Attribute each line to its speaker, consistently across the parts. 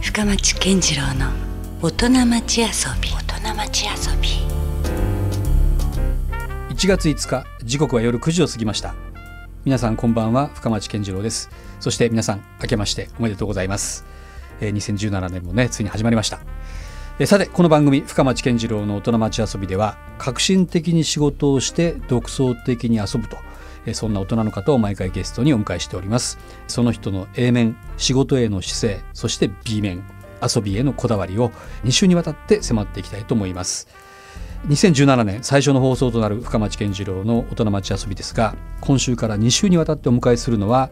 Speaker 1: 深町健次郎の大人町遊び大人町遊び
Speaker 2: 1月5日時刻は夜9時を過ぎました皆さんこんばんは深町健次郎ですそして皆さん明けましておめでとうございます、えー2017年もねついに始まりましたえーさてこの番組深町健次郎の大人町遊びでは革新的に仕事をして独創的に遊ぶとえーそんな大人の方を毎回ゲストにお迎えしておりますその人の A 面仕事への姿勢そして B 面遊びへのこだわりを2週にわたって迫っていきたいと思います2017年最初の放送となる深町健次郎の大人町遊びですが今週から2週にわたってお迎えするのは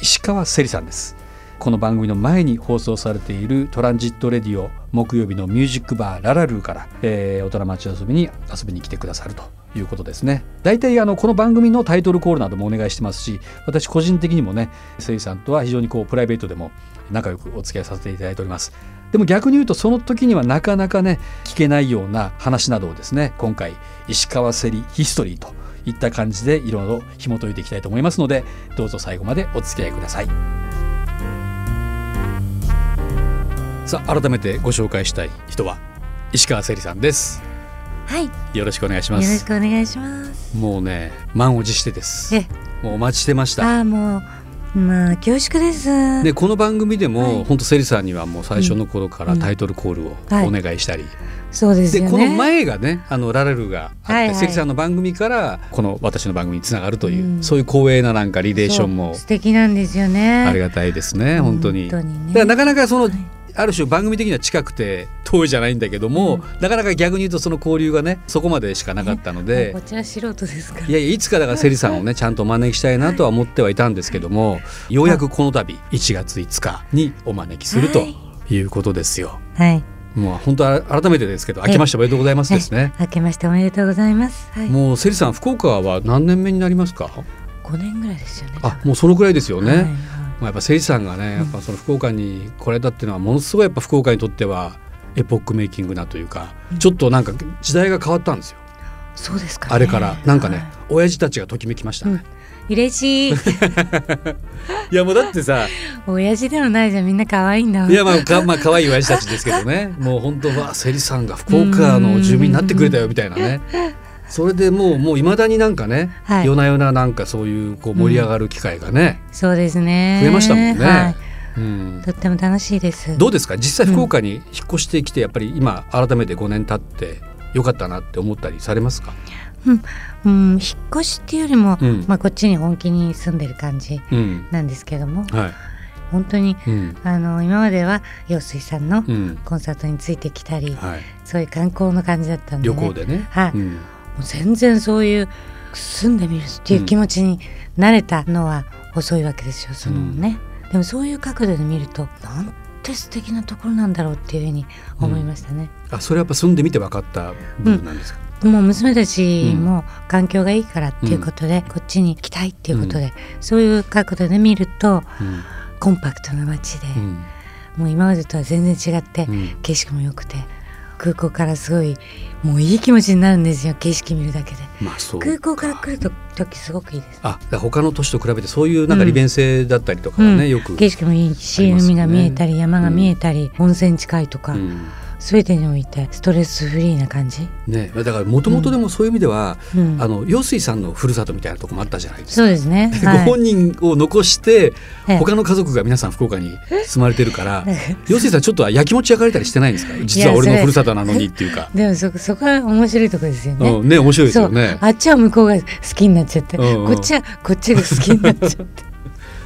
Speaker 2: 石川せりさんですこの番組の前に放送されているトランジットレディオ木曜日のミュージックバーララルーから、えー大人町遊びに遊びに来てくださるということですね大体あのこの番組のタイトルコールなどもお願いしてますし私個人的にもねせりさんとは非常にこうプライベートでも仲良くお付き合いさせていただいておりますでも逆に言うとその時にはなかなかね聞けないような話などをですね今回石川せりヒストリーといった感じでいろいろ紐解いていきたいと思いますのでどうぞ最後までお付き合いくださいさあ改めてご紹介したい人は石川せりさんです
Speaker 1: はいよ
Speaker 2: よろしくお願いしま
Speaker 1: ろし
Speaker 2: す
Speaker 1: くお願いします
Speaker 2: もうね満を持してです
Speaker 1: え
Speaker 2: もうお待ちしてました
Speaker 1: ああもうまあ恐縮です
Speaker 2: でこの番組で
Speaker 1: はい
Speaker 2: も本当セリさんにはもう最初の頃か
Speaker 1: う
Speaker 2: ら
Speaker 1: ん
Speaker 2: タイトルコールを
Speaker 1: はい
Speaker 2: お願いしたり、
Speaker 1: そうです
Speaker 2: で
Speaker 1: よね
Speaker 2: この前がねあのラレルがあって、
Speaker 1: はいはい
Speaker 2: 関さんの番組からこの私の番組につながるという、
Speaker 1: うん
Speaker 2: そういう光栄ななんかリレーションも
Speaker 1: そう素敵なんですよね
Speaker 2: ありがたいですね、本当に。
Speaker 1: 本当
Speaker 2: だ
Speaker 1: に
Speaker 2: から
Speaker 1: ね
Speaker 2: なかなかその、
Speaker 1: い
Speaker 2: ある種番組的には近くて遠いじゃないんだけども、
Speaker 1: うん
Speaker 2: なかなか逆に言うとその交流がねそこまでしかなかったので
Speaker 1: こ。ちら素人ですから
Speaker 2: いやいやいつかだからセリさんをねちゃんとお招きしたいなとは思ってはいたんですけどもようやくこの度1月5日にお招きすると
Speaker 1: はい
Speaker 2: いうことですよ。
Speaker 1: はい
Speaker 2: もう本当あ改めてですけど明けましておめでとうございますですね。
Speaker 1: 明けましておめでとうございますはい
Speaker 2: もうセリさん福岡は何年目になりますか
Speaker 1: 五年ぐらいですよね
Speaker 2: あもうそのくらいですよね。
Speaker 1: はいはい
Speaker 2: まあ、やっぱセリさんがねやっぱその福岡に来れたっていうのはものすごいやっぱ福岡にとってはエポックメイキングなというかちょっとなんか時代が変わったんですよ
Speaker 1: そうですかね
Speaker 2: あれからなんかね
Speaker 1: は
Speaker 2: 親父たちがときめきましたね。
Speaker 1: い嬉しい
Speaker 2: いやもうだってさ
Speaker 1: 親父でもないじゃんみんな可愛いんだもん
Speaker 2: いやまあかまあ可愛い親父たちですけどねもう本当はセリさんが福岡の住民になってくれたよみたいなねそれでもうもういまだになんかね、
Speaker 1: はい
Speaker 2: 夜な夜ななんかそういうこう盛り上がる機会がね、
Speaker 1: そうですね
Speaker 2: 増えましたもんね、
Speaker 1: は
Speaker 2: うん
Speaker 1: い、とっても楽しいです
Speaker 2: どうですか実際福岡に引っ越してきてやっぱり今改めて5年経ってよかったなって思ったりされますか、
Speaker 1: うん、引っ越しっていうよりも、
Speaker 2: うん
Speaker 1: まあ、こっちに本気に住んでる感じ
Speaker 2: うん
Speaker 1: なんですけども
Speaker 2: はい
Speaker 1: 本当に
Speaker 2: うん
Speaker 1: あの今までは陽水さんの
Speaker 2: うん
Speaker 1: コンサートについてきたり、
Speaker 2: はい、
Speaker 1: そういう観光の感じだったんで、
Speaker 2: 旅
Speaker 1: ね、
Speaker 2: 行でね、
Speaker 1: はい
Speaker 2: うん
Speaker 1: もう全然そういう住んでみるっていう気持ちに慣れたのは遅いわけですよそのね、でもそういう角度で見るとなんて素敵なところなんだろうっていうふうに思いましたね、
Speaker 2: あそれやっぱ住んでみて分かった部分なんですか、
Speaker 1: もう娘たちも環境がいいからっていうことで、こっちに来たいっていうことで、そういう角度で見ると
Speaker 2: うん
Speaker 1: コンパクトな街で、
Speaker 2: うん
Speaker 1: もう今までとは全然違って、
Speaker 2: うん
Speaker 1: 景色も良くて空港からすごいもういい気持ちになるんですよ景色見るだけで
Speaker 2: まあそう
Speaker 1: 空港から来ると時すごくいいです
Speaker 2: あだから他の都市と比べてそういうなんか利便性だったりとかはね、
Speaker 1: うん
Speaker 2: よく、
Speaker 1: 景色もいいし、
Speaker 2: ありますよね
Speaker 1: 海が見えたり山が見えたり、温泉近いとか、
Speaker 2: うん
Speaker 1: 全てにおいてストレスフリーな感じ、
Speaker 2: ね、だからもともとでもそういう意味では、
Speaker 1: うん
Speaker 2: あの陽水さんのふるさとみたいなとこもあったじゃないですか。
Speaker 1: そうですね
Speaker 2: ご本人を残して、
Speaker 1: ええ
Speaker 2: 他の家族が皆さん福岡に住まれてるから
Speaker 1: え
Speaker 2: 陽水さんちょっとはやきもち焼かれたりしてないんですか実は俺のふるさとなのにっていうか、
Speaker 1: でもそこそこは面白いところですよね、
Speaker 2: うん、ね面白いですよね
Speaker 1: そうあっちは向こうが好きになっちゃって、
Speaker 2: うんうん
Speaker 1: こっちはこっちが好きになっちゃ って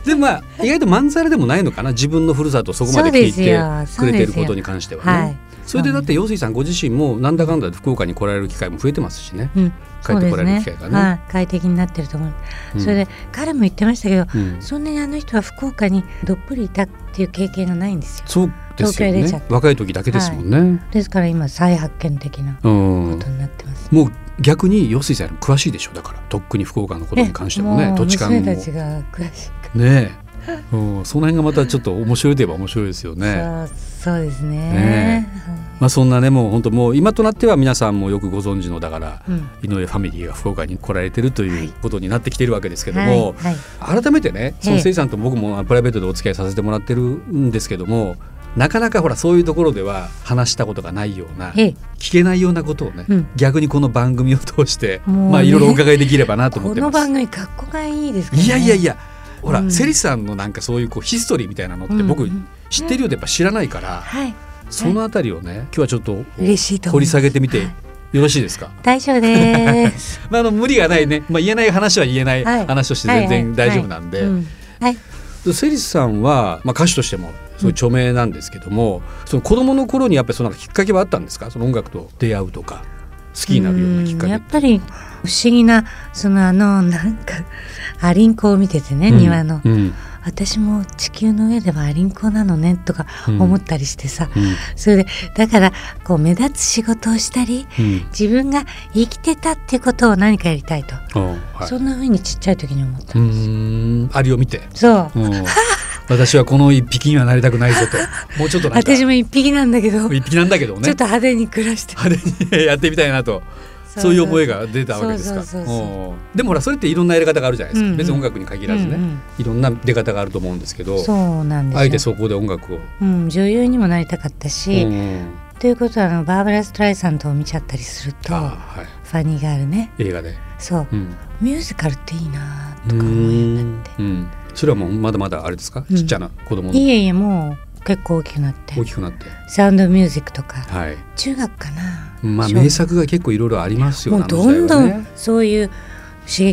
Speaker 2: でまあ意外とまんざらでもないのかな自分のふるさとそこまで聞いてくれてることに関してはね
Speaker 1: そうですよそうですよはい
Speaker 2: それでだって陽水さんご自身もなんだかんだで福岡に来られる機会も増えてますしね、
Speaker 1: うん
Speaker 2: 帰ってこられる
Speaker 1: そう
Speaker 2: 機会が
Speaker 1: です
Speaker 2: ね
Speaker 1: はい、快適になってると思う、
Speaker 2: うん
Speaker 1: それで彼も言ってましたけど、
Speaker 2: うん
Speaker 1: そんなにあの人は福岡にどっぷりいたっていう経験がないんですよ
Speaker 2: そうですよ
Speaker 1: 東京へ出ちゃっ
Speaker 2: ね若い時だけですもんね、
Speaker 1: ですから今再発見的な
Speaker 2: うん
Speaker 1: ことになってます、
Speaker 2: もう逆に陽水さんより詳しいでしょだからとっくに福岡のことに関しても
Speaker 1: え
Speaker 2: ね
Speaker 1: う
Speaker 2: 土地勘も
Speaker 1: 娘たち
Speaker 2: ね
Speaker 1: が詳しいか
Speaker 2: え、うん、その辺がまたちょっと面白いといえば面白いですよね。
Speaker 1: ら、そうそうですね
Speaker 2: ねまあ、そんなねもう本当もう今となっては皆さんもよくご存知のだから、
Speaker 1: うん
Speaker 2: 井上ファミリーが福岡に来られてるということになってきてるわけですけど
Speaker 1: はい
Speaker 2: も、
Speaker 1: はい
Speaker 2: 改めてねそ
Speaker 1: え
Speaker 2: の
Speaker 1: え
Speaker 2: せいさんと僕もあのプライベートでお付き合いさせてもらってるんですけどもなかなかほらそういうところでは話したことがないような
Speaker 1: ええ
Speaker 2: 聞けないようなことをね、
Speaker 1: うん
Speaker 2: 逆にこの番組を通して、
Speaker 1: もうね
Speaker 2: まあいろいろお伺いできればなと思
Speaker 1: こ
Speaker 2: って
Speaker 1: の
Speaker 2: ます。
Speaker 1: 番組格好がいいですから、ね、
Speaker 2: いやいやいやほら、
Speaker 1: うん
Speaker 2: セリさんのなんかそういうこうヒストリーみたいなのって僕
Speaker 1: うんうん
Speaker 2: 知ってるようでやっぱ知らないから、
Speaker 1: はい
Speaker 2: そのあたりをね今日はちょっと
Speaker 1: 嬉しいと思
Speaker 2: 掘
Speaker 1: い
Speaker 2: り
Speaker 1: ます
Speaker 2: 下げてみて
Speaker 1: は
Speaker 2: よ
Speaker 1: い
Speaker 2: ろしいですか、
Speaker 1: 大丈夫です、
Speaker 2: まあ、あの無理がないね、まあ、言えない話は言え ない
Speaker 1: はい
Speaker 2: 話として全然
Speaker 1: はいはい
Speaker 2: 大丈夫なんで、
Speaker 1: うんはい
Speaker 2: でセリさんは、まあ、歌手としてもそういう著名なんですけども、その子供の頃にやっぱりそのなんかきっかけはあったんですかその音楽と出会うとか好きになるようなきっ
Speaker 1: うん
Speaker 2: かけ
Speaker 1: やっぱり不思議なそのあのなんかアリンコを見ててね、庭の、
Speaker 2: うんうん
Speaker 1: 私も地球の上ではアリンコなのねとか
Speaker 2: うん
Speaker 1: 思ったりしてさ、
Speaker 2: うん
Speaker 1: それでだからこう目立つ仕事をしたり
Speaker 2: うん
Speaker 1: 自分が生きてたっていうことを何かやりたいと、
Speaker 2: うんはい
Speaker 1: そんな風にちっちゃい時に思った、
Speaker 2: うーんアリを見て、
Speaker 1: そう、
Speaker 2: うん 私はこの一匹にはなりたくないぞともうちょっとなんか
Speaker 1: 私も一匹なんだけど、
Speaker 2: 一匹なんだけど
Speaker 1: ちょ
Speaker 2: ね
Speaker 1: っと派手に暮らして
Speaker 2: 派手にやってみたいなとそういう覚えが出たわけですか
Speaker 1: そうそうそうそう
Speaker 2: うんでもほらそれっていろんなやり方があるじゃないですか、
Speaker 1: うんうん
Speaker 2: 別に音楽に限らずね、
Speaker 1: うんうん
Speaker 2: いろんな出方があると思うんですけど
Speaker 1: そうなんですよ
Speaker 2: あえてそこで音楽を、
Speaker 1: うん、女優にもなりたかったし、
Speaker 2: うん
Speaker 1: ということはあのバーバラ・ストライサンドを見ちゃったりすると
Speaker 2: あはい、
Speaker 1: ファニーガールね
Speaker 2: 映画で、
Speaker 1: そう
Speaker 2: うん
Speaker 1: ミュージカルっていいなとか思うようになって
Speaker 2: うんそれはもうまだまだあれですか、
Speaker 1: うん
Speaker 2: ちっちゃな子供の
Speaker 1: いえいえもう結構大きくなって
Speaker 2: 大きくなって
Speaker 1: サウンドミュージックとか
Speaker 2: はい
Speaker 1: 中学かな、
Speaker 2: まあ
Speaker 1: 小
Speaker 2: 名作が結構いろいろありますよ
Speaker 1: もうどん
Speaker 2: あ
Speaker 1: ど
Speaker 2: の時代はね
Speaker 1: んそういう刺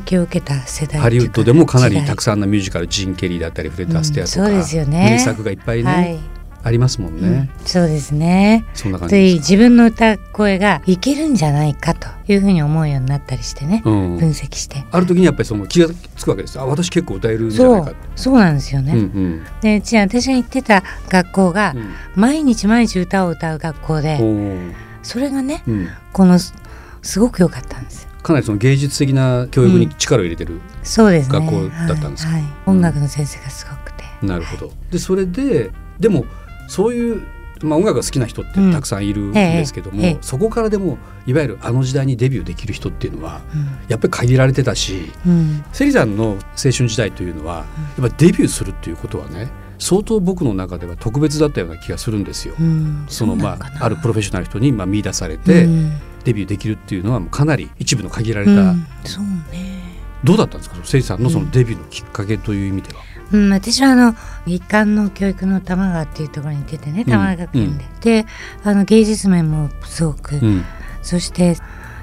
Speaker 1: 激を受けた世代
Speaker 2: ハリウッドでもかなりたく
Speaker 1: さ
Speaker 2: さんのミュージカルジン・ケリーだったりフレッド・アステアとか、
Speaker 1: うんそうですよね
Speaker 2: 名作がいっぱいね、
Speaker 1: はい、
Speaker 2: ありますもん
Speaker 1: う
Speaker 2: ね
Speaker 1: ん、そうですね
Speaker 2: そんな感じ
Speaker 1: で
Speaker 2: ですか、
Speaker 1: 自分の歌声がいけるんじゃないかというふうに思うようになったりしてね、
Speaker 2: うん
Speaker 1: 分析して
Speaker 2: ある時にやっぱりその気がつくわけですあ私結構歌えるんじゃな
Speaker 1: そ
Speaker 2: いかっ
Speaker 1: う
Speaker 2: て
Speaker 1: そうなんですよね、
Speaker 2: うんうん
Speaker 1: でじゃあ私が行ってた学校が、
Speaker 2: うん
Speaker 1: 毎日毎日歌を歌う学校で、
Speaker 2: おー
Speaker 1: それがね
Speaker 2: うん
Speaker 1: このすすごく良かったんですよ
Speaker 2: かなりその芸術的な教育に力を入れてる、
Speaker 1: そうですね
Speaker 2: 学校だったんですか
Speaker 1: はいはい音楽の先生がすごくて、
Speaker 2: なるほどでそれででもそういう、まあ、音楽が好きな人って
Speaker 1: うん
Speaker 2: たくさんいるんですけども、
Speaker 1: ええええ
Speaker 2: そこからでもいわゆるあの時代にデビューできる人っていうのは
Speaker 1: うん
Speaker 2: やっぱり限られてたし
Speaker 1: うん
Speaker 2: セリさんの青春時代というのはやっぱデビューするっていうことはね相当僕の中では特別だったような気がするんですよ。
Speaker 1: うん、
Speaker 2: そのまあ、あるプロフェッショナル人にまあ見出され
Speaker 1: で、
Speaker 2: て、
Speaker 1: うん
Speaker 2: デビューできるっていうのはもうかなり一部の限られ
Speaker 1: う
Speaker 2: た、
Speaker 1: ん、そうね、
Speaker 2: どうだったんですかセリさんのそのデビューのきっかけという意味では。
Speaker 1: うん、私はあの一貫の教育の玉川っていうところに行っててね玉川学園で、であの芸術面もすごく、
Speaker 2: うん
Speaker 1: そして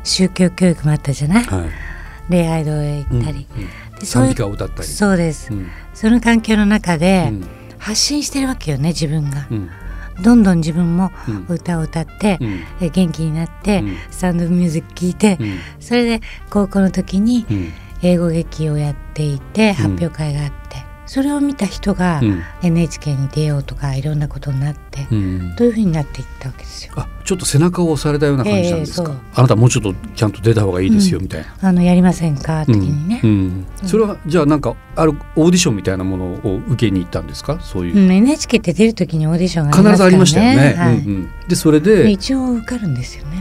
Speaker 1: 宗教教育もあったじゃない、
Speaker 2: はい
Speaker 1: 礼拝堂へ行ったり、
Speaker 2: うんうん
Speaker 1: でそうい
Speaker 2: 賛美
Speaker 1: う
Speaker 2: 歌を歌ったり。
Speaker 1: そうです、
Speaker 2: うん
Speaker 1: その環境の中
Speaker 2: う
Speaker 1: で
Speaker 2: ん
Speaker 1: 発信してるわけよね自分が
Speaker 2: う、ん
Speaker 1: どんどん自分も
Speaker 2: うん
Speaker 1: 歌を歌って、
Speaker 2: うん
Speaker 1: え元気になって、
Speaker 2: うん
Speaker 1: スタンドミュージック聴いて、
Speaker 2: うん
Speaker 1: それで高校の時に
Speaker 2: うん
Speaker 1: 英語劇をやっていて発表会があって、それを見た人が
Speaker 2: うん
Speaker 1: NHK に出ようとかいろんなことになって、
Speaker 2: うん
Speaker 1: どういうふうになっていったわけですよ。
Speaker 2: あちょっと背中を押されたような感じなんですか、
Speaker 1: ええそう
Speaker 2: あなたもうちょっとちゃんと出た方がいいですよみたいな、
Speaker 1: あのやりませんか
Speaker 2: う
Speaker 1: 的
Speaker 2: ん
Speaker 1: にね、
Speaker 2: うんそれはじゃあなんかあるオーディションみたいなものを受けに行ったんですかそういうう、
Speaker 1: ん NHK って出る時にオーディションがありますからね
Speaker 2: 必ずありましたよ
Speaker 1: は
Speaker 2: ね、
Speaker 1: い
Speaker 2: うんうんでそれ
Speaker 1: で
Speaker 2: で
Speaker 1: 一応受かるんですよね。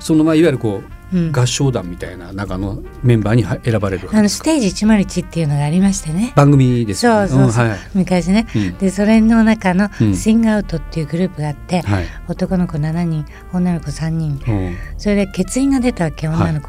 Speaker 2: そのまあいわゆるこう
Speaker 1: うん
Speaker 2: 合唱団みたいな中のメンバーには選ばれるわけ
Speaker 1: あ
Speaker 2: で
Speaker 1: の
Speaker 2: す
Speaker 1: ステージ101っていうのがありましてね
Speaker 2: 番組ですよね
Speaker 1: そうそうそうん
Speaker 2: はい
Speaker 1: 昔ね
Speaker 2: うん
Speaker 1: でそれの中の
Speaker 2: うん
Speaker 1: スイングアウトっていうグループがあって、
Speaker 2: はい
Speaker 1: 男の子7人女の子3人
Speaker 2: うん
Speaker 1: それで欠員が出たわけ女の子、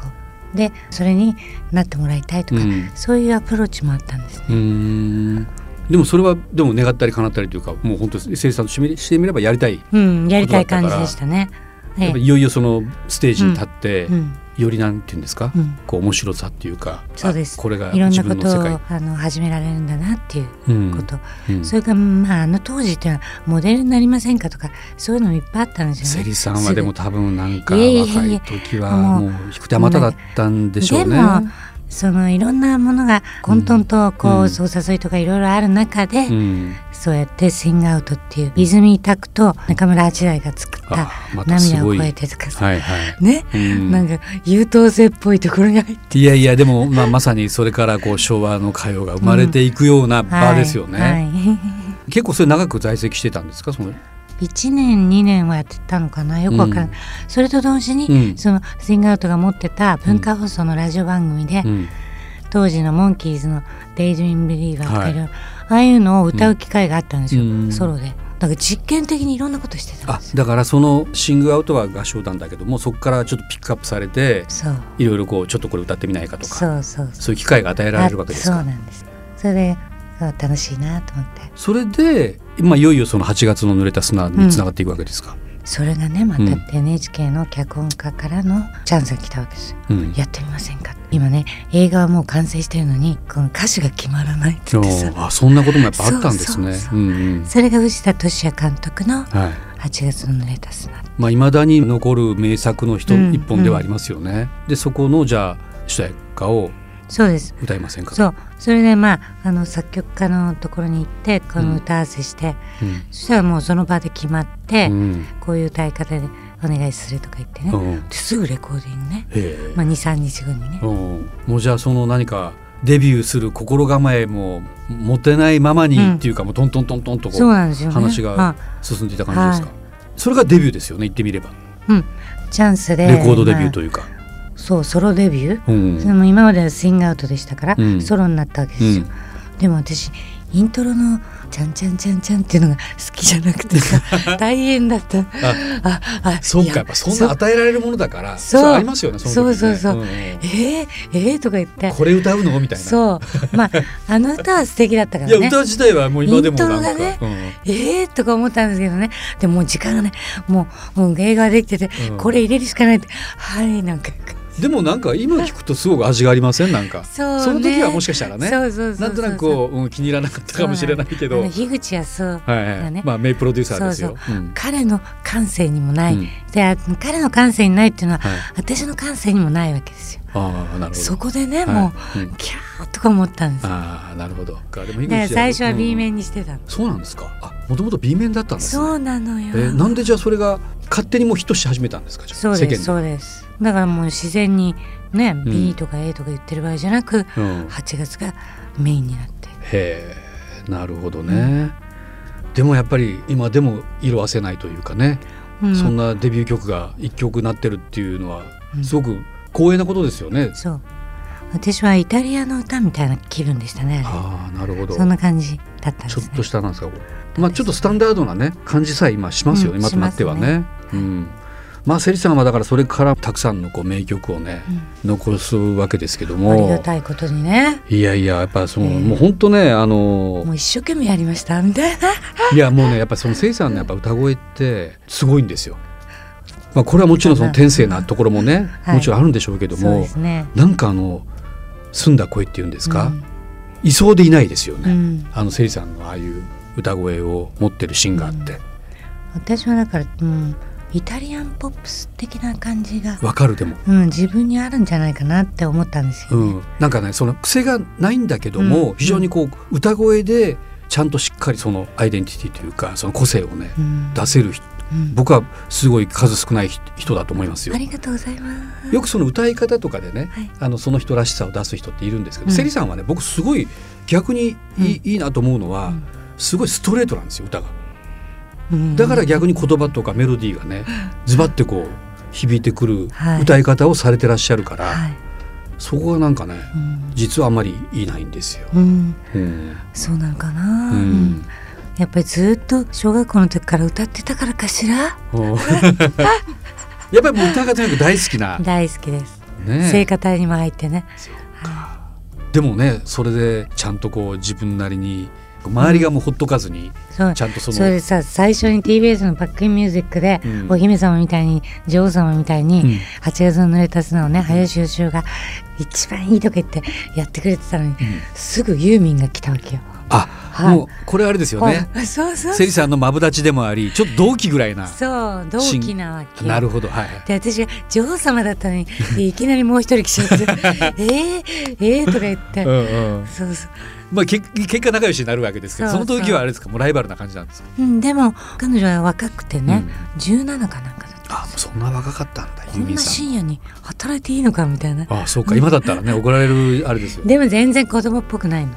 Speaker 1: でそれになってもらいたいとか、
Speaker 2: うん
Speaker 1: そういうアプローチもあったんですね
Speaker 2: うーんでもそれはでも願ったり叶ったりというかもう本当に生産としてみしてみればやりたい、
Speaker 1: うんやりたい感じでしたね
Speaker 2: やっぱ
Speaker 1: ええ
Speaker 2: いよいよそのステージに立って、
Speaker 1: うん
Speaker 2: よりなんて言うんですか、
Speaker 1: うん
Speaker 2: こう面白さっていうか
Speaker 1: そうです
Speaker 2: あこれが
Speaker 1: いろん
Speaker 2: 自
Speaker 1: なこ
Speaker 2: 分の世
Speaker 1: と
Speaker 2: 界
Speaker 1: をあの始められるんだなっていう
Speaker 2: うん
Speaker 1: こと、
Speaker 2: うん
Speaker 1: それから、まあ、あの当時っていうのはモデルになりませんかとかそういうのもいっぱいあったんですよ
Speaker 2: セ
Speaker 1: ね。
Speaker 2: リさんはでも多分なんか
Speaker 1: いえいえいえ
Speaker 2: 若い時はもう引く手あまただったんでしょうね。
Speaker 1: でもそのいろんなものが混沌とこう、
Speaker 2: うん
Speaker 1: そう誘いとかいろいろある中で、
Speaker 2: うん、
Speaker 1: そうやってスイングアウトっていう泉拓と中村八大が作っ
Speaker 2: あ
Speaker 1: た
Speaker 2: ーまたす
Speaker 1: 涙を
Speaker 2: ごい。
Speaker 1: 越
Speaker 2: は
Speaker 1: え
Speaker 2: い
Speaker 1: てとかさ、
Speaker 2: はい。
Speaker 1: ね、
Speaker 2: うん
Speaker 1: なんか優等生っぽいところに入って
Speaker 2: いやいやでも、まあ、まさにそれからこう昭和の歌謡が生まれていくような場ですよね。
Speaker 1: はい は
Speaker 2: 結構それ長く在籍してたんですかその
Speaker 1: い、1年2年はやってたのかなよくわからない、
Speaker 2: うん
Speaker 1: それと同時に、
Speaker 2: うん
Speaker 1: そのスイングアウトが持ってた文化放送のラジオ番組で、
Speaker 2: うん
Speaker 1: 当時のモンキーズの「デイズイン・ビリーバー」とか
Speaker 2: はい
Speaker 1: いろいろああいうのを歌う機会があったんですよ、
Speaker 2: うん
Speaker 1: ソロで。なんか実験的にいろんなことしてたん
Speaker 2: あ
Speaker 1: ですよ
Speaker 2: だからその「シング・アウト」は合唱団だけどもそこからちょっとピックアップされて
Speaker 1: そう
Speaker 2: いろいろこうちょっとこれ歌ってみないかとか
Speaker 1: そうそうそう
Speaker 2: そういう機会が与えられるわけです
Speaker 1: あ
Speaker 2: か
Speaker 1: そうなんですそれであ楽しいなと思って
Speaker 2: それで、まあ、いよいよその8月の濡れた砂につながっていくわけですか。
Speaker 1: それがねまた
Speaker 2: うん
Speaker 1: NHK の脚本家からのチャンスが来たわけですよ
Speaker 2: うん
Speaker 1: やってみませんか今ね映画はもう完成してるのにこの歌手が決まらないって言ってさ
Speaker 2: あそんなこともやっぱあったんですね。
Speaker 1: そうそううん
Speaker 2: うん
Speaker 1: それが藤田俊也監督の
Speaker 2: はい
Speaker 1: 8月の濡れた砂
Speaker 2: まあ、未だに残る名作の人、
Speaker 1: うん
Speaker 2: 一本ではありますよね。でそこのじゃあ主題歌を
Speaker 1: そうです
Speaker 2: 歌いませんか
Speaker 1: そうそれでまああの作曲家のところに行ってこの歌合わせして、
Speaker 2: うん
Speaker 1: そしたらもうその場で決まって、
Speaker 2: うん
Speaker 1: こういう歌い方でお願いするとか言ってね、
Speaker 2: うん
Speaker 1: ですぐレコーディングね、
Speaker 2: ええ
Speaker 1: まあ、23日後にね、
Speaker 2: うんもうじゃあその何かデビューする心構えも持てないままに
Speaker 1: うん
Speaker 2: っていうか、もうトントントントンとこ
Speaker 1: そうなんですよね
Speaker 2: 話が
Speaker 1: あ
Speaker 2: 進んでいた感じですか、それがデビューですよね言ってみれば
Speaker 1: うんチャンスで
Speaker 2: レコードデビューと
Speaker 1: ま
Speaker 2: いうか、
Speaker 1: あそうソロデビュー、
Speaker 2: うん
Speaker 1: それも今まではスイングアウトでしたから、
Speaker 2: うん
Speaker 1: ソロになったわけですよ、でも私イントロの「ちゃんちゃんちゃんちゃん」っていうのが好きじゃなくてさ 大変だったああ
Speaker 2: そう
Speaker 1: いや
Speaker 2: かやっぱそんな与えられるものだから
Speaker 1: そ
Speaker 2: そうれありますよねその時
Speaker 1: そう
Speaker 2: ね
Speaker 1: そうそうん
Speaker 2: ん
Speaker 1: えー、えー、とか言って
Speaker 2: これ歌うのみたいな
Speaker 1: そうまああの歌は素敵だったか
Speaker 2: い
Speaker 1: ら
Speaker 2: や
Speaker 1: ね
Speaker 2: 歌自体はもう今でもな
Speaker 1: イ
Speaker 2: んか、
Speaker 1: ントロがええー、とか思ったんですけどねでももう時間がねもうもう映画ができてて、
Speaker 2: うん
Speaker 1: これ入れるしかないってはいなんか
Speaker 2: うんでもなんか今聞くとすごく味がありませんなんか
Speaker 1: そうね
Speaker 2: の時はもしかしたらね
Speaker 1: そうそうそうそう
Speaker 2: なんとなくこう、うん、気に入らなかったかもしれないけど
Speaker 1: あの樋口康夫
Speaker 2: はいはい
Speaker 1: がね、
Speaker 2: まあ名プロデューサーですよ。うん
Speaker 1: 彼の感性にもない、
Speaker 2: うん
Speaker 1: であ彼の感性にないっていうのは、
Speaker 2: はい
Speaker 1: 私の感性にもないわけですよ
Speaker 2: ああなるほど。
Speaker 1: そこでね、
Speaker 2: はい
Speaker 1: もう、
Speaker 2: うん
Speaker 1: キャーとか思ったんですだ
Speaker 2: ああなるほど。あでも井口
Speaker 1: から
Speaker 2: さん
Speaker 1: 最初は B
Speaker 2: うん
Speaker 1: 面にしてたの、
Speaker 2: そうなんですか。あもともと B 面だったんです、ね。
Speaker 1: そうなのよ、
Speaker 2: えーなんでじゃあそれが勝手にもうヒットし始めたんですかじゃあ
Speaker 1: そうです
Speaker 2: 世間
Speaker 1: そうですだからもう自然にね、
Speaker 2: ん
Speaker 1: B とか A とか言ってる場合じゃなく
Speaker 2: で。うん、へ
Speaker 1: 8月がメインになって
Speaker 2: えなるほどね。でもやっぱり今でも色褪せないというかね、
Speaker 1: うん
Speaker 2: そんなデビュー曲が一曲なってるっていうのは
Speaker 1: うん
Speaker 2: すごく光栄なことですよね。
Speaker 1: そう私はイタリアの歌みたいな気分でしたねあ
Speaker 2: ああなるほ
Speaker 1: れ
Speaker 2: ど。
Speaker 1: そんな感じだったんで
Speaker 2: ちょ
Speaker 1: す
Speaker 2: っ
Speaker 1: ね
Speaker 2: としたなんですか、これまあ、ちょっとスタンダードなね、感じさえ今しますよね、
Speaker 1: うん
Speaker 2: 今となってはね。うん。まあ、セリさんはだから、それからたくさんのこう名曲をね、残すわけですけど
Speaker 1: ありが
Speaker 2: も。
Speaker 1: たいことにね
Speaker 2: いやいや、やっぱ、その、
Speaker 1: ええ
Speaker 2: もう本当ね、あの
Speaker 1: も、う一生懸命やりましたみたいない
Speaker 2: や、もうね、やっぱ、そのセリさんのやっぱ歌声って、すごいんですよ。まあ、これはもちろん、その天性なところもね、
Speaker 1: はい
Speaker 2: もちろんあるんでしょうけど
Speaker 1: そう
Speaker 2: も
Speaker 1: で。すね
Speaker 2: なんか、あの、澄んだ声っていうんですか、
Speaker 1: うん
Speaker 2: いそうでいないですよ
Speaker 1: う
Speaker 2: ね。
Speaker 1: ん、
Speaker 2: あの、セリさんのああいう歌声を持ってるシンガーって。
Speaker 1: 私はだから、うん、イタリアンポップス的な感じが、
Speaker 2: わかるでも、
Speaker 1: うん、自分にあるんじゃないかなって思ったんです
Speaker 2: う
Speaker 1: よね、
Speaker 2: ん、なんかねその癖がないんだけど
Speaker 1: う
Speaker 2: も、
Speaker 1: ん
Speaker 2: 非常にこう歌声でちゃんとしっかりそのアイデンティティというかその個性をね、
Speaker 1: うん
Speaker 2: 出せる人
Speaker 1: うん
Speaker 2: 僕はすごい数少ない人人だと思いますよ
Speaker 1: あ。りがとうございます
Speaker 2: よくその歌い方とかでね、
Speaker 1: はい
Speaker 2: あのその人らしさを出す人っているんですけど、
Speaker 1: うん
Speaker 2: セリさんはね僕すごい逆にいい,、いいなと思うのは、
Speaker 1: うん
Speaker 2: すごいストレートなんですよ歌が。
Speaker 1: うん
Speaker 2: だから逆に言葉とかメロディーがねズバッてこう響いてくる
Speaker 1: はい
Speaker 2: 歌い方をされてらっしゃるから、
Speaker 1: はい、
Speaker 2: そこがなんかね
Speaker 1: うん
Speaker 2: 実はあんまりいないんですよ。
Speaker 1: うん、
Speaker 2: うん
Speaker 1: そうなのかな、
Speaker 2: う
Speaker 1: うん
Speaker 2: ん
Speaker 1: やっぱりずっと小学校の時から歌ってたからかしら
Speaker 2: やっぱりもう歌がとにかく大好 きな、
Speaker 1: 大好きです、聖
Speaker 2: ね、
Speaker 1: 歌隊にも入ってねは
Speaker 2: でもねそれでちゃんとこう自分なりに周りがもうほっとかずに、
Speaker 1: いそう
Speaker 2: ちゃんとその
Speaker 1: それでさ最初に TBS のバックインミュージックで、
Speaker 2: うん
Speaker 1: お姫様みたいに女王様みたいに、
Speaker 2: うん
Speaker 1: 8月の濡れた砂をね林芳雄が一番いいとか言ってやってくれてたのに、すぐユーミンが来たわけよ。
Speaker 2: あ、
Speaker 1: はい
Speaker 2: もうこれあれですよね
Speaker 1: あそうそう
Speaker 2: セリさんのマブダチでもありちょっと同期ぐらいな
Speaker 1: そう同期なわけよ。
Speaker 2: なるほどはい
Speaker 1: で私が女王様だった のにいきなりもう一人来ちゃって 「えー、えー、とか言って、
Speaker 2: うんうん
Speaker 1: そうそう、
Speaker 2: まあ、け結果仲良しになるわけですけどそ
Speaker 1: そうそう
Speaker 2: の時はあれですかもうライバルな感じなんですか
Speaker 1: うん、でも彼女は若くてね、
Speaker 2: う
Speaker 1: 17かなんかだった
Speaker 2: あもうそんな若かったん
Speaker 1: こ
Speaker 2: だユーミ
Speaker 1: ん
Speaker 2: ン
Speaker 1: な
Speaker 2: さん
Speaker 1: 深夜に働いていいのかみたいな
Speaker 2: あそうか今だったらね怒られるあれですよ、
Speaker 1: でも全然子供っぽくないの、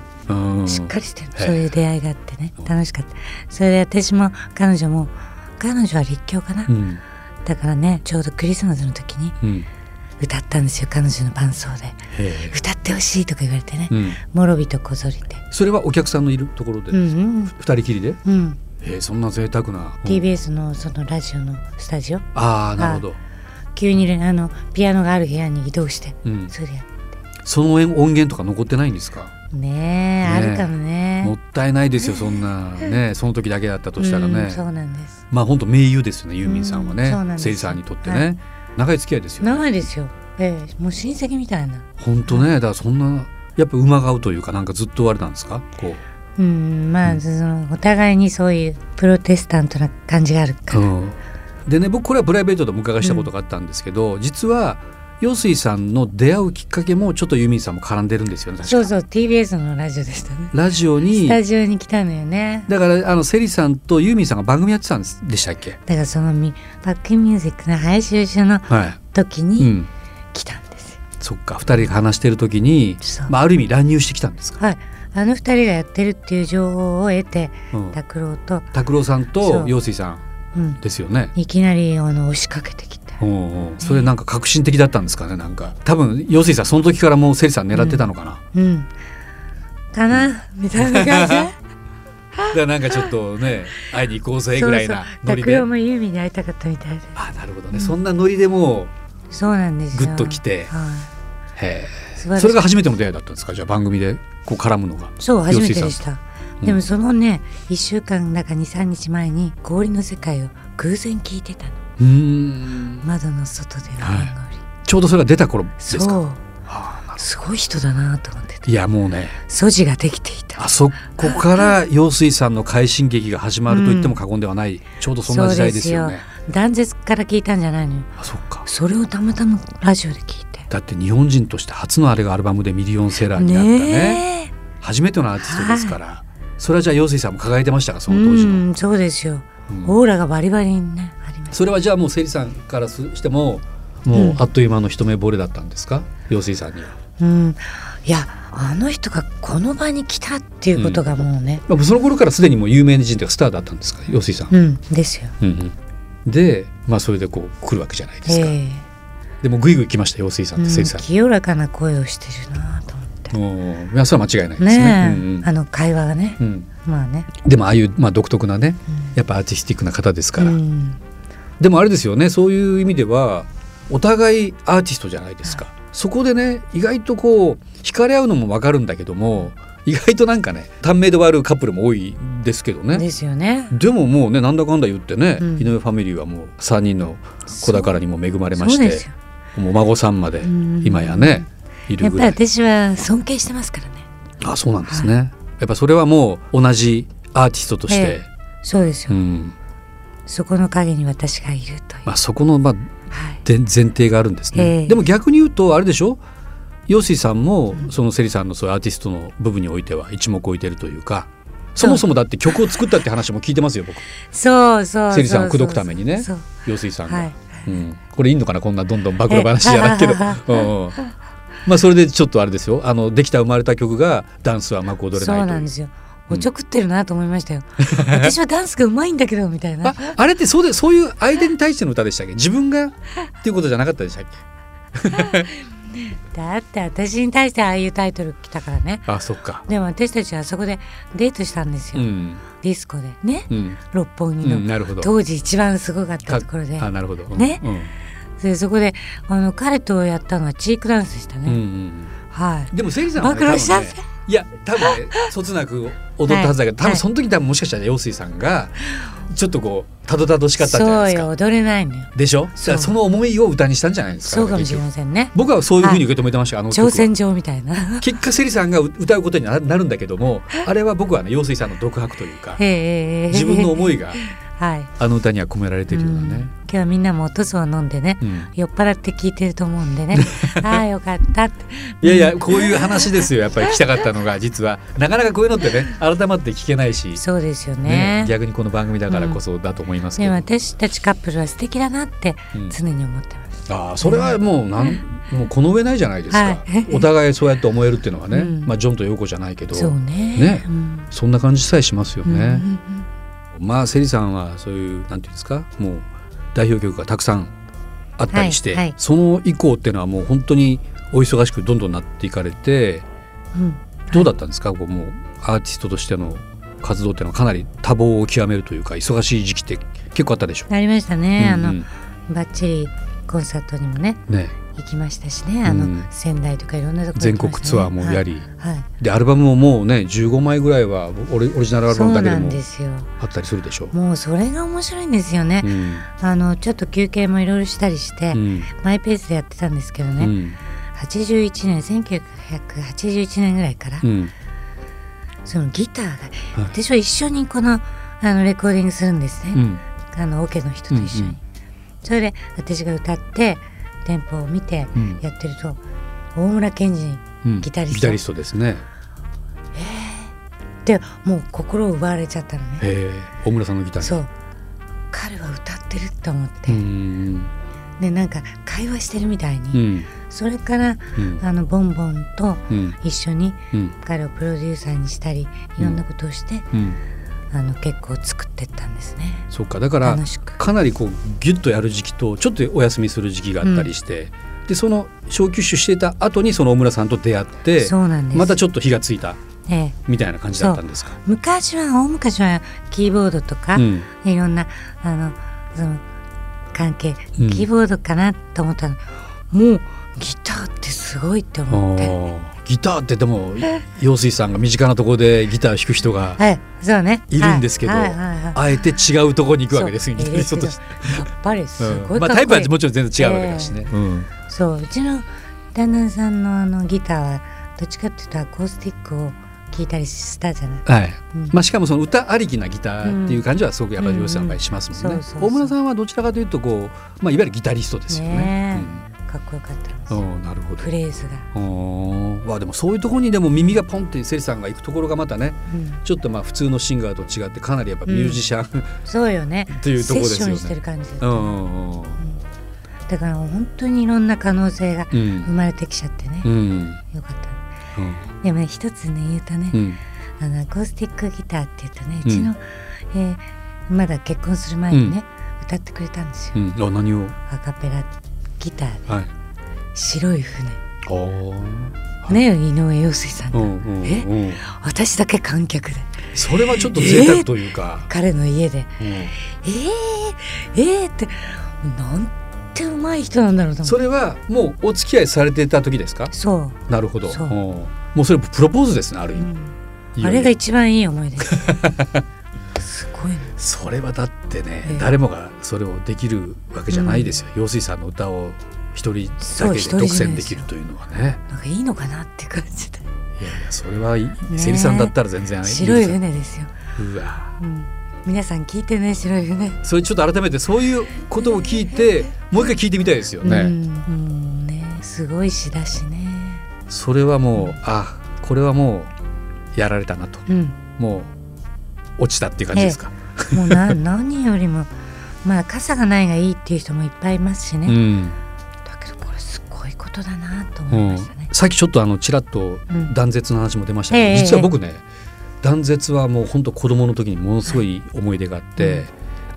Speaker 2: うん、
Speaker 1: しっかりしてる
Speaker 2: へえ
Speaker 1: そういう出会いがあってね楽しかったそれで私も彼女も彼女は立教かな、
Speaker 2: うん
Speaker 1: だからねちょうどクリスマスの時に
Speaker 2: うん
Speaker 1: 歌ったんですよ彼女の伴奏で
Speaker 2: へえ
Speaker 1: 歌ってほしいとか言われてね
Speaker 2: うん
Speaker 1: 「もろびとこぞりて
Speaker 2: それはお客さんのいるところ」で
Speaker 1: うんうん
Speaker 2: 二人きりで
Speaker 1: うん
Speaker 2: へえー、そんな贅沢な、うん
Speaker 1: TBS のそのラジオのスタジオ
Speaker 2: ああなるほど、
Speaker 1: 急にねあのピアノがある部屋に移動して
Speaker 2: うん、
Speaker 1: それや
Speaker 2: その音源とか残ってないんですか
Speaker 1: ねえあるかも
Speaker 2: も
Speaker 1: ね
Speaker 2: ったいないですよそんなねその時だけだったとしたら
Speaker 1: うん
Speaker 2: ね
Speaker 1: そうなんです
Speaker 2: まあ本当名優ですよねユーミンさんは
Speaker 1: うんそうなん
Speaker 2: ね
Speaker 1: です
Speaker 2: セリさんにとって
Speaker 1: は
Speaker 2: ね長い付き合いですよね
Speaker 1: 長いですよええもう親戚みたいな
Speaker 2: 本当ねだからそんなやっぱ馬が合うというかなんかずっとあれなんですかこう
Speaker 1: うんまあそのお互いにそういうプロテスタントな感じがあるから、
Speaker 2: うんでね僕これはプライベートでもお伺いしたことがあったんですけど実は陽水さんの出会うきっかけもちょっとユーミンさんも絡んでるんですよね確か
Speaker 1: そうそう TBS のラジオでしたね
Speaker 2: ラジオに
Speaker 1: スタジオに来たのよね
Speaker 2: だからあのセリさんとユーミンさんが番組やってたんですでしたっけ
Speaker 1: だからそのみバックミュージックの配信者の
Speaker 2: は
Speaker 1: 時
Speaker 2: い、う
Speaker 1: に
Speaker 2: ん、
Speaker 1: 来たんですよ、
Speaker 2: そっか2人が話してる時に
Speaker 1: そう、
Speaker 2: まあ、ある意味乱入してきたんですか、
Speaker 1: はいあの二人がやってるっていう情報を得て
Speaker 2: うん、
Speaker 1: 拓郎と、
Speaker 2: 拓郎さん
Speaker 1: そ
Speaker 2: と
Speaker 1: う
Speaker 2: 陽水さん
Speaker 1: うん、
Speaker 2: ですよね。
Speaker 1: いきなりあの押しかけてきて
Speaker 2: うんうん、それなんか革新的だったんですかねなんか多分陽水さんその時からもうセリさん狙ってたのかな、
Speaker 1: うんかなみたいな感じ
Speaker 2: だからなんかちょっとね会いに行こうぜぐらいなノリ
Speaker 1: 拓
Speaker 2: で
Speaker 1: 郎もユーミンに会いたかったみたいで
Speaker 2: あなるほどね、そんなノリでもう
Speaker 1: そうなんですよ
Speaker 2: グッと来て
Speaker 1: はい
Speaker 2: へ
Speaker 1: 素晴
Speaker 2: え
Speaker 1: らしい
Speaker 2: それが初めての出会いだったんですかじゃあ番組でこう絡むのが
Speaker 1: そう初めて
Speaker 2: 陽
Speaker 1: で
Speaker 2: 水
Speaker 1: し
Speaker 2: さ
Speaker 1: た、
Speaker 2: うん
Speaker 1: でもそのね1週間だか23日前に氷の世界を偶然聞いてたの
Speaker 2: うーん
Speaker 1: 窓の外での
Speaker 2: はい
Speaker 1: 弁護
Speaker 2: ちょうどそれが出た頃で
Speaker 1: 士
Speaker 2: すか
Speaker 1: そう
Speaker 2: ああなる
Speaker 1: すごい人だなと思ってて
Speaker 2: いやもうね
Speaker 1: 素地ができていた
Speaker 2: あそこから陽水さんの快進撃が始まると言っても過言ではない、ちょうどそんな時代ですよね
Speaker 1: 断絶から聞いたんじゃないのよ
Speaker 2: あそっか
Speaker 1: それをたまたまラジオで聞いて
Speaker 2: だって日本人として初のあれがアルバムでミリオンセラーになったね
Speaker 1: ね
Speaker 2: 初めてのアーティストですから、それはじゃあ陽水さんも輝いてましたか
Speaker 1: え
Speaker 2: そうの当時の、
Speaker 1: んそうですよ、
Speaker 2: うん
Speaker 1: オーラがバリバリにねあります
Speaker 2: それはじゃあもうセリさんからすしてももうあっという間の一目惚れだったんですか陽水さんには、
Speaker 1: うんいやあの人がこの場に来たっていうことがもうね
Speaker 2: まあ、その頃からすでにもう有名人というかスターだったんですか陽水さん、
Speaker 1: うん、ですよ
Speaker 2: うんうんでまあそれでこう来るわけじゃないですか、
Speaker 1: ええ
Speaker 2: でもぐいぐい来ました陽水さんってセリさ
Speaker 1: うんん、清らかな声をしてるなと思って
Speaker 2: うん、いやそれは間違いないですね。
Speaker 1: ねえ、
Speaker 2: うんうん
Speaker 1: あの会話がね、
Speaker 2: うん
Speaker 1: まあね
Speaker 2: でもああいう、まあ、独特なね
Speaker 1: うん
Speaker 2: やっぱアーティスティックな方ですから、
Speaker 1: うん
Speaker 2: でもあれですよねそういう意味ではお互いアーティストじゃないですか、そこでね意外とこう惹かれ合うのも分かるんだけども意外となんかね短命で終わるカップルも多いですけどね
Speaker 1: ですよね
Speaker 2: でももうねなんだかんだ言ってね、
Speaker 1: うん
Speaker 2: 井上ファミリーはもう3人の子宝にも恵まれま
Speaker 1: そう
Speaker 2: し
Speaker 1: です
Speaker 2: て
Speaker 1: よ
Speaker 2: もうお孫さんまで
Speaker 1: うん
Speaker 2: 今やね、い
Speaker 1: や
Speaker 2: る
Speaker 1: っ
Speaker 2: ぐ
Speaker 1: ぱ
Speaker 2: らい
Speaker 1: り私は尊敬してますからね
Speaker 2: あそうなんですね、やっぱそれはもう同じアーティストとして、
Speaker 1: えそうですよ、
Speaker 2: うん
Speaker 1: そこの陰に私がいるという、
Speaker 2: まあ、そこの、まあ、
Speaker 1: はい
Speaker 2: 前前提があるんですね、
Speaker 1: ええ
Speaker 2: でも逆に言うとあれでしょ陽水さんもそのセリさんのそういうアーティストの部分においては一目置いてるというかそもそもだって曲を作ったって話も聞いてますよ僕
Speaker 1: そうそう
Speaker 2: セリさんを
Speaker 1: そう
Speaker 2: 口説くためにね
Speaker 1: そう
Speaker 2: 陽水さんが、
Speaker 1: はい
Speaker 2: うん、これいいのかなこんなどんどん暴露話じゃないけど、
Speaker 1: ええ
Speaker 2: うんうんまあそれでちょっとあれですよあのできた生まれた曲が「ダンスはうまく踊れ
Speaker 1: そう
Speaker 2: な
Speaker 1: ないんで
Speaker 2: という
Speaker 1: すよおちょくってるなと思いま したよ私はダンスがうまいんだけどみたい」な
Speaker 2: ああれってそうでそういう相手に対しての歌でしたっけ自分がっていうことじゃなかったでしたっけ
Speaker 1: だって私に対してああいうタイトル来たからね
Speaker 2: あそっか
Speaker 1: でも私たちはそこでデートしたんです
Speaker 2: う
Speaker 1: よ、
Speaker 2: ん
Speaker 1: ディスコでね
Speaker 2: うん、
Speaker 1: 六本木
Speaker 2: う
Speaker 1: の、
Speaker 2: ん、なるほど
Speaker 1: 当時一番すごかったところで
Speaker 2: あなるほど、うん
Speaker 1: ね
Speaker 2: うん
Speaker 1: でそこであの彼とやったのはチークダンスでした
Speaker 2: うんう
Speaker 1: ね、
Speaker 2: ん
Speaker 1: はい
Speaker 2: でもセリさんは、
Speaker 1: 暴
Speaker 2: ね、
Speaker 1: 露し
Speaker 2: 多
Speaker 1: たん
Speaker 2: 分ね
Speaker 1: す
Speaker 2: いや多分ねそつなく踊ったはずだけど、
Speaker 1: はい
Speaker 2: 多分その時多分もしかしたら陽水さんがちょっとこうたどたどしかったんじゃない
Speaker 1: そう
Speaker 2: です
Speaker 1: よ
Speaker 2: か
Speaker 1: 踊れないのよ
Speaker 2: でしょだからその思いを歌にしたんじゃないですか
Speaker 1: そうかもしれ
Speaker 2: 結局
Speaker 1: ませんね
Speaker 2: 僕はそういうふうに受け止めてましたよ、あの曲
Speaker 1: 挑
Speaker 2: は
Speaker 1: 戦状みたいな
Speaker 2: 結果セリさんが歌うことにななるんだけどもあれは僕はね陽水さんの独白というか
Speaker 1: ええ
Speaker 2: 自分の
Speaker 1: い
Speaker 2: 思いが
Speaker 1: はい
Speaker 2: あの歌には込められてるような
Speaker 1: うん
Speaker 2: ね、
Speaker 1: 今日はみんなもおとそを飲んでね、
Speaker 2: うん
Speaker 1: 酔っ払って聞いてると思うんでね ああよかったって
Speaker 2: いやいやこういう話ですよやっぱり聞きたかったのが実はなかなかこういうのってね改まって聞けないし
Speaker 1: そうですよ
Speaker 2: ね
Speaker 1: ね
Speaker 2: 逆にこの番組だからこそだと思いますけ
Speaker 1: で
Speaker 2: ど、
Speaker 1: も私たちカップルは素敵だなって
Speaker 2: うん
Speaker 1: 常に思ってます、
Speaker 2: ああそれはもうなん、もうこの上ないじゃないですか、
Speaker 1: はい
Speaker 2: お互いそうやって思えるっていうのはね、
Speaker 1: うん
Speaker 2: まあ、ジョンとヨーコじゃないけど
Speaker 1: そ
Speaker 2: そう
Speaker 1: ね
Speaker 2: ね
Speaker 1: うん
Speaker 2: んな感じさえしますよ
Speaker 1: うん
Speaker 2: ね、まあセリさんはそういうなんていうんですかもう代表曲がたくさんあったりして、
Speaker 1: はいはい
Speaker 2: その以降っていうのはもう本当にお忙しくどんどんなっていかれて
Speaker 1: うんうん
Speaker 2: どうだったんですかこうもうアーティストとしての活動っていうのはかなり多忙を極めるというか忙しい時期って結構あったでしょ
Speaker 1: なりましたね、
Speaker 2: うんうん
Speaker 1: あのバッチリコンサートにもね
Speaker 2: う。ね、
Speaker 1: 行きましたしねあの、
Speaker 2: うん
Speaker 1: 仙台とかいろんなところ、
Speaker 2: 全国ツアーもやり、
Speaker 1: はい、はい
Speaker 2: でアルバムももうね15枚ぐらいはオリオリジナルアル
Speaker 1: そ
Speaker 2: バム
Speaker 1: う
Speaker 2: だけで
Speaker 1: なん
Speaker 2: も
Speaker 1: ですよ
Speaker 2: あったりするでしょう。
Speaker 1: もうそれが面白いんですよね、
Speaker 2: うん
Speaker 1: あのちょっと休憩もいろいろしたりして、
Speaker 2: うん
Speaker 1: マイペースでやってたんですけど
Speaker 2: う
Speaker 1: ね、
Speaker 2: ん
Speaker 1: 81年1981年ぐらいから、
Speaker 2: うん
Speaker 1: そのギターが、
Speaker 2: はい
Speaker 1: 私は一緒にこのあのレコーディングするんですね、
Speaker 2: うん
Speaker 1: あのオケの人と一緒に、
Speaker 2: うんうん
Speaker 1: それで私が歌ってテンポを見て
Speaker 2: うん
Speaker 1: やってると、大村健二っ
Speaker 2: うん
Speaker 1: ギタリスト
Speaker 2: ギタリストですね。
Speaker 1: てもう心を奪われちゃったのね
Speaker 2: えー、大村さんのギター。
Speaker 1: そう彼は歌ってるって思って、
Speaker 2: うん
Speaker 1: でなんか会話してるみたいに、
Speaker 2: うん
Speaker 1: それから、
Speaker 2: うん
Speaker 1: あのボンボンと
Speaker 2: うん
Speaker 1: 一緒に
Speaker 2: うん
Speaker 1: 彼をプロデューサーにしたりいろんなことをして、
Speaker 2: うん。
Speaker 1: あの結構作ってったんですね。
Speaker 2: そうかだから
Speaker 1: 楽しく
Speaker 2: かなりこうギュッとやる時期とちょっとお休みする時期があったりして、でその小休止していた後にその大村さんと出会って
Speaker 1: そうなんです
Speaker 2: またちょっと火がついた
Speaker 1: ええ
Speaker 2: みたいな感じだったんですか。
Speaker 1: 昔は大昔はキーボードとか、
Speaker 2: うん
Speaker 1: いろんなあのその関係
Speaker 2: うん
Speaker 1: キーボードかなと思ったの、もうギターってすごいって思って。
Speaker 2: あーギターって でも陽水さんが身近なところでギターを弾く人が
Speaker 1: はい、そうね。
Speaker 2: いるんですけど、
Speaker 1: はいはいはいはい
Speaker 2: あえて違うところに行くわけです
Speaker 1: そう
Speaker 2: ギタリストとして。
Speaker 1: やっぱりす
Speaker 2: う
Speaker 1: ごい
Speaker 2: んま
Speaker 1: かっ
Speaker 2: あ、
Speaker 1: こいい
Speaker 2: タイプはもちろん全然違うわけだしね。うん
Speaker 1: そううちの旦那さんのあのギターはどっちかっていうとアコースティックを聴いたりしたじゃない。
Speaker 2: はい
Speaker 1: うん
Speaker 2: まあ、しかもその歌ありきなギターっていう感じはすごくやっぱり陽水さんの場合しますもんね、
Speaker 1: うんうんそうそうそう
Speaker 2: 大村さんはどちらかというとこう、まあ、いわゆるギタリストですよね。
Speaker 1: ねえかっこよかったんです
Speaker 2: うん
Speaker 1: よ。
Speaker 2: うんなるほど
Speaker 1: フレーズが。
Speaker 2: うんわあでもそういうところにでも耳がポンってセリさんが行くところがまたね
Speaker 1: うん
Speaker 2: ちょっとまあ普通のシンガーと違ってかなりやっぱミュージシャン、
Speaker 1: そうよね。
Speaker 2: っていうとこです
Speaker 1: セッ
Speaker 2: よね
Speaker 1: ションしてる感じ。
Speaker 2: うんうん
Speaker 1: だから本当にいろんな可能性が
Speaker 2: う
Speaker 1: 生
Speaker 2: ん
Speaker 1: まれてきちゃってね
Speaker 2: う。ん
Speaker 1: よかった。
Speaker 2: うん
Speaker 1: でもね一つね言うとね、
Speaker 2: うん
Speaker 1: あのアコースティックギターって言うとね
Speaker 2: う
Speaker 1: うんちの、えーまだ結婚する前にね、歌ってくれたんですよ。
Speaker 2: うんあ何を
Speaker 1: アカペラギターで
Speaker 2: はい
Speaker 1: 白い船。
Speaker 2: あーはい
Speaker 1: ね井上陽水さん
Speaker 2: う
Speaker 1: が、
Speaker 2: んうん
Speaker 1: え
Speaker 2: うん
Speaker 1: 私だけ観客で
Speaker 2: それはちょっと贅沢というか、
Speaker 1: 彼の家で
Speaker 2: うん
Speaker 1: えー、えー、ってなんてうまい人なんだろうと思
Speaker 2: そ
Speaker 1: って
Speaker 2: れはもうお付き合いされていた時ですか
Speaker 1: そ
Speaker 2: なるほど
Speaker 1: そうん
Speaker 2: もうそれプロポーズですねある
Speaker 1: う、
Speaker 2: 意味、い
Speaker 1: う
Speaker 2: い
Speaker 1: ん、
Speaker 2: よ
Speaker 1: あ
Speaker 2: ね
Speaker 1: れが一番いい思い出ですすごいね
Speaker 2: それはだってね、
Speaker 1: ええ
Speaker 2: 誰もがそれをできるわけじゃないですよ、陽水さんの歌を一人
Speaker 1: そ
Speaker 2: だ
Speaker 1: う
Speaker 2: けで
Speaker 1: 一人
Speaker 2: 独
Speaker 1: じゃない
Speaker 2: 占
Speaker 1: で
Speaker 2: ですき
Speaker 1: よ
Speaker 2: るというのはね
Speaker 1: なんかいいのかなって感じで
Speaker 2: いやいやそれはいいセリさんだったら全然
Speaker 1: 白い
Speaker 2: 許せ
Speaker 1: 船ですよ、
Speaker 2: うわ
Speaker 1: うん、皆さん聞いてね白い船
Speaker 2: それちょっと改めてそういうことを聞いてもう一回聞いてみたいですよね、
Speaker 1: うん、うんねすごい詩だしね
Speaker 2: それはもうあこれはもうやられたなと
Speaker 1: うん
Speaker 2: もう落ちたっていう感じですか、
Speaker 1: もうな 何よりもまあ傘がないがいいっていう人もいっぱいいますしね、
Speaker 2: うん
Speaker 1: だけどこれすごいことだなと
Speaker 2: う
Speaker 1: 思い
Speaker 2: ん
Speaker 1: ましたね。
Speaker 2: さっきちょっとあのちらっと
Speaker 1: うん
Speaker 2: 断絶の話も出ましたけど、
Speaker 1: ええ
Speaker 2: 実は僕ね、断絶はもう本当子供の時にものすごい思い出があって、
Speaker 1: うん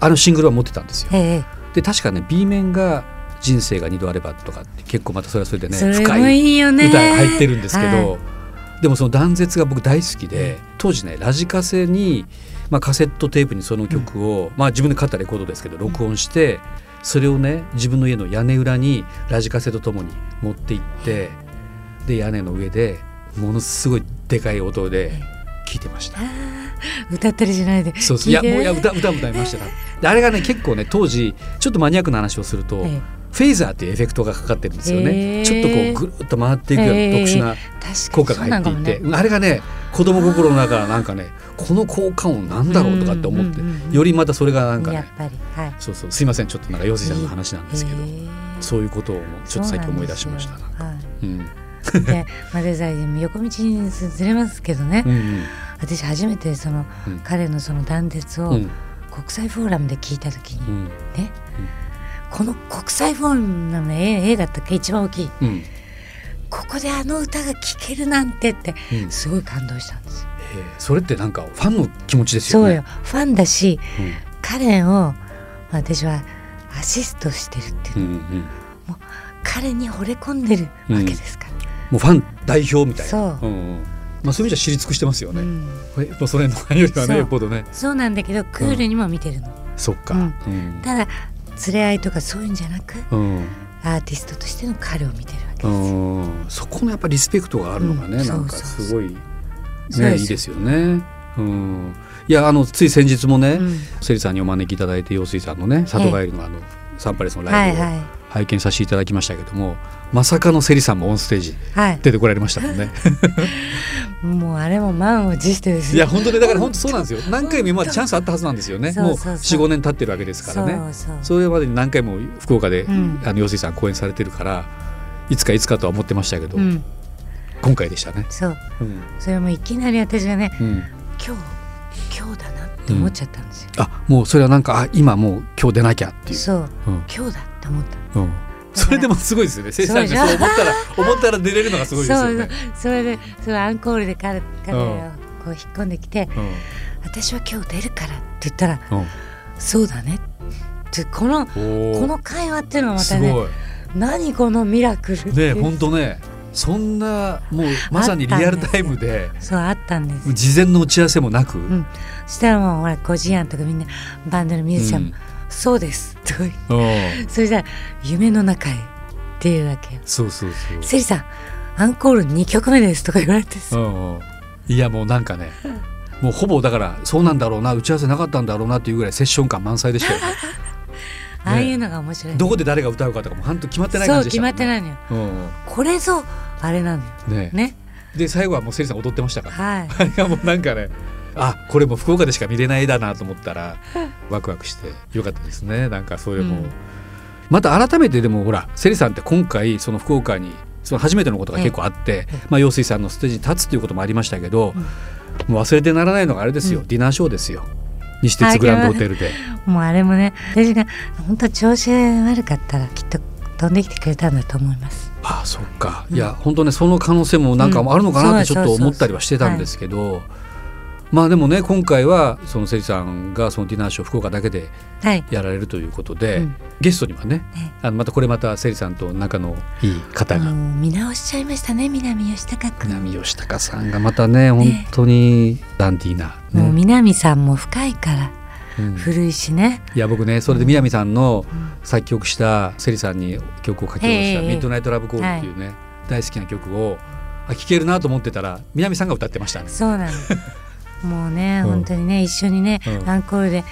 Speaker 2: あのシングルは持ってたんですよ。
Speaker 1: え
Speaker 2: で確かね B 面が「人生が二度あれば」とかって結構またそれはそれで
Speaker 1: え
Speaker 2: ね
Speaker 1: それも
Speaker 2: 深い
Speaker 1: いいよね。
Speaker 2: 歌が入ってるんですけど、
Speaker 1: は
Speaker 2: でもその断絶が僕大好きで当時ねラジカセに、まあ、カセットテープにその曲を、まあ、自分で買ったレコードですけど録音して、それをね自分の家の屋根裏にラジカセとともに持って行ってで屋根の上でものすごいでかい音で聴いてました。
Speaker 1: あー歌ったりしないで。
Speaker 2: そうそう
Speaker 1: 聞
Speaker 2: いや
Speaker 1: て
Speaker 2: もういや歌歌歌いましたからであれがね結構ね当時ちょっとマニアックな話をすると、
Speaker 1: え
Speaker 2: フェイザーっていうエフェクトがかかってるんですよね、
Speaker 1: へー
Speaker 2: ちょっとこうぐるっと回っていくような特殊な
Speaker 1: え確か
Speaker 2: 効
Speaker 1: に
Speaker 2: 果が
Speaker 1: そう
Speaker 2: 入っていて、
Speaker 1: なのかもね
Speaker 2: うんあれがね子供心の中なんかねこの効果音なんだろうとかって思って、
Speaker 1: うんうんうんうん
Speaker 2: よりまたそれがなんか
Speaker 1: やっ
Speaker 2: ね
Speaker 1: ぱりはい。
Speaker 2: そうそうすいませんちょっとなんか陽水さんの話なんですけど、
Speaker 1: へえ
Speaker 2: そういうことをちょっと最近思い出しました
Speaker 1: そう
Speaker 2: な
Speaker 1: なんん
Speaker 2: か
Speaker 1: ですよ
Speaker 2: うん
Speaker 1: はい。で、まあデザイン横道にずれますけどね。
Speaker 2: うんうん
Speaker 1: 私初めてその
Speaker 2: うん
Speaker 1: 彼のその断絶を
Speaker 2: う
Speaker 1: 国
Speaker 2: ん
Speaker 1: 際フォーラムで聞いたとき
Speaker 2: う
Speaker 1: に
Speaker 2: ん
Speaker 1: ね、この国際フォーラムの A, A だったっけ一番大きい。
Speaker 2: うんうん
Speaker 1: ここであの歌が聴けるなんてってすごい感動したんですよ、
Speaker 2: えーそれってなんかファンの気持ちですよ
Speaker 1: そう
Speaker 2: ね
Speaker 1: よファンだし
Speaker 2: うん
Speaker 1: 彼を私はアシストしてるっていう、
Speaker 2: うんうんうん
Speaker 1: もう彼に惚れ込んでるわけですから、
Speaker 2: もうファン代表みたいな。
Speaker 1: そうん
Speaker 2: んまあ、そういう意味じゃ知り尽くしてますよ
Speaker 1: う
Speaker 2: ね。
Speaker 1: ん
Speaker 2: えやっぱソ連の範囲よりは
Speaker 1: そう
Speaker 2: ねよっぽどね
Speaker 1: そうなんだけどクールにも見てるの、
Speaker 2: そっか、
Speaker 1: うん
Speaker 2: うん
Speaker 1: ただ連れ合いとかそういうんじゃなく
Speaker 2: うん
Speaker 1: アーティストとしての彼を見てるわけですよ、
Speaker 2: うんそこのやっぱリスペクトがあるのがね、
Speaker 1: うん
Speaker 2: なんか
Speaker 1: そうそうそう
Speaker 2: すごいね
Speaker 1: そうです
Speaker 2: いいですよね。うん、いやあのつい先日もね、
Speaker 1: うん
Speaker 2: セリさんにお招きいただいて陽水さんのね里帰りのあの、サンパレスの
Speaker 1: は
Speaker 2: ライ
Speaker 1: い
Speaker 2: ブを
Speaker 1: はい
Speaker 2: 拝見させていただきましたけども、まさかのセリさんもオンステージ
Speaker 1: はい
Speaker 2: 出てこられました もんね。
Speaker 1: もうあれも満を持してです
Speaker 2: い
Speaker 1: ね
Speaker 2: や本当にだから本当そうなんですよ。何回も今までチャンスあったはずなんですよね。
Speaker 1: そうそうそう
Speaker 2: もう四五年経ってるわけですからね。
Speaker 1: そうそう
Speaker 2: それまでに何回も福岡で、
Speaker 1: うん
Speaker 2: あの陽水さん公演されてるからいつかいつかとは思ってましたけど、
Speaker 1: うん
Speaker 2: 今回でしたね。
Speaker 1: そう
Speaker 2: うん
Speaker 1: それもいきなり私がね
Speaker 2: うん
Speaker 1: 今日今日だなって思っちゃったんですよ、
Speaker 2: あもうそれはなんかあ今もう今日出なきゃっていう。
Speaker 1: そう
Speaker 2: うん
Speaker 1: 今日だって思った
Speaker 2: うんそれでもすごいですよね。生産者
Speaker 1: そう
Speaker 2: そう思ったら思ったら出れるのがすごいですよ
Speaker 1: そ
Speaker 2: ね。
Speaker 1: うそうそれでそのアンコールで彼彼
Speaker 2: う
Speaker 1: が
Speaker 2: ん
Speaker 1: こう引っ込んできて
Speaker 2: うん
Speaker 1: 「私は今日出るから」って言ったら
Speaker 2: うん
Speaker 1: 「そうだね」ってこのこ
Speaker 2: おー
Speaker 1: の会話っていうのはますたね
Speaker 2: ごい。
Speaker 1: 何このミラクルってい
Speaker 2: ね
Speaker 1: う
Speaker 2: 本当ねそんなもうまさにリアルタイムで
Speaker 1: そうあったんです
Speaker 2: 事前の打ち合わせもなく、
Speaker 1: んそしたらもうほら個人案とかみんなバンドのミュージシャンも
Speaker 2: うん
Speaker 1: 「そうです」とか言って
Speaker 2: うん
Speaker 1: それじゃ夢の中へ」っていうわけよ
Speaker 2: そうそう
Speaker 1: 「
Speaker 2: そ
Speaker 1: セリさんアンコール2曲目です」とか言われて
Speaker 2: う、
Speaker 1: さ
Speaker 2: うんうんいやもうなんかねもうほぼだからそうなんだろうな打ち合わせなかったんだろうなっていうぐらいセッション感満載でした よ、ね、
Speaker 1: ああいうのが面白い
Speaker 2: どこで誰が歌うかとかも半と決まってない
Speaker 1: そ
Speaker 2: 感
Speaker 1: う
Speaker 2: じでし
Speaker 1: 決
Speaker 2: た
Speaker 1: ま
Speaker 2: も
Speaker 1: って
Speaker 2: んね、
Speaker 1: ないのよ
Speaker 2: うんうん
Speaker 1: これぞあれなのよ
Speaker 2: ね
Speaker 1: ね
Speaker 2: で最後はもうセリさん踊ってましたから
Speaker 1: はい
Speaker 2: あれがもうなんかねあこれもう福岡でしか見れないだなと思ったらワクワクしてよかったですねなんかそういうもう、
Speaker 1: うん
Speaker 2: また改めてでもほらセリさんって今回その福岡にその初めてのことが結構あって、まあ、陽水さんのステージに立つということもありましたけど、もう忘れてならないのがあれですよ、
Speaker 1: うん
Speaker 2: ディナーショーですよ西鉄グランドホテルで。
Speaker 1: もうあれもね私が本当調子悪かったらきっと飛んできてくれたんだと思います
Speaker 2: ああそっか、いや本当ねその可能性もなんかあるのかな
Speaker 1: う
Speaker 2: っ
Speaker 1: ん
Speaker 2: てちょっと思ったりはしてたんですけど、まあでもね今回はそのセリさんがそのディナーショー福岡だけで
Speaker 1: はい
Speaker 2: やられるということで、
Speaker 1: うん
Speaker 2: ゲストにはね
Speaker 1: ね
Speaker 2: あのまたこれまたセリさんと仲のいい方が、
Speaker 1: もう見直しちゃいましたね南吉高君、
Speaker 2: 南吉高さんがまたね本
Speaker 1: ね
Speaker 2: 当にダンディーな、ね
Speaker 1: もう南さんも深いから
Speaker 2: うん
Speaker 1: 古いしね、
Speaker 2: いや僕ねそれで南さんの
Speaker 1: うん
Speaker 2: 作曲したセリさんに曲を書き下ろした「
Speaker 1: ええ
Speaker 2: ミッドナイト・ラブ・コール」っていうね、大好きな曲をあ聴けるなと思ってたら南さんが歌ってましたね。
Speaker 1: そうなの もうね
Speaker 2: うん
Speaker 1: 本当にね一緒にね、
Speaker 2: うん
Speaker 1: アンコールで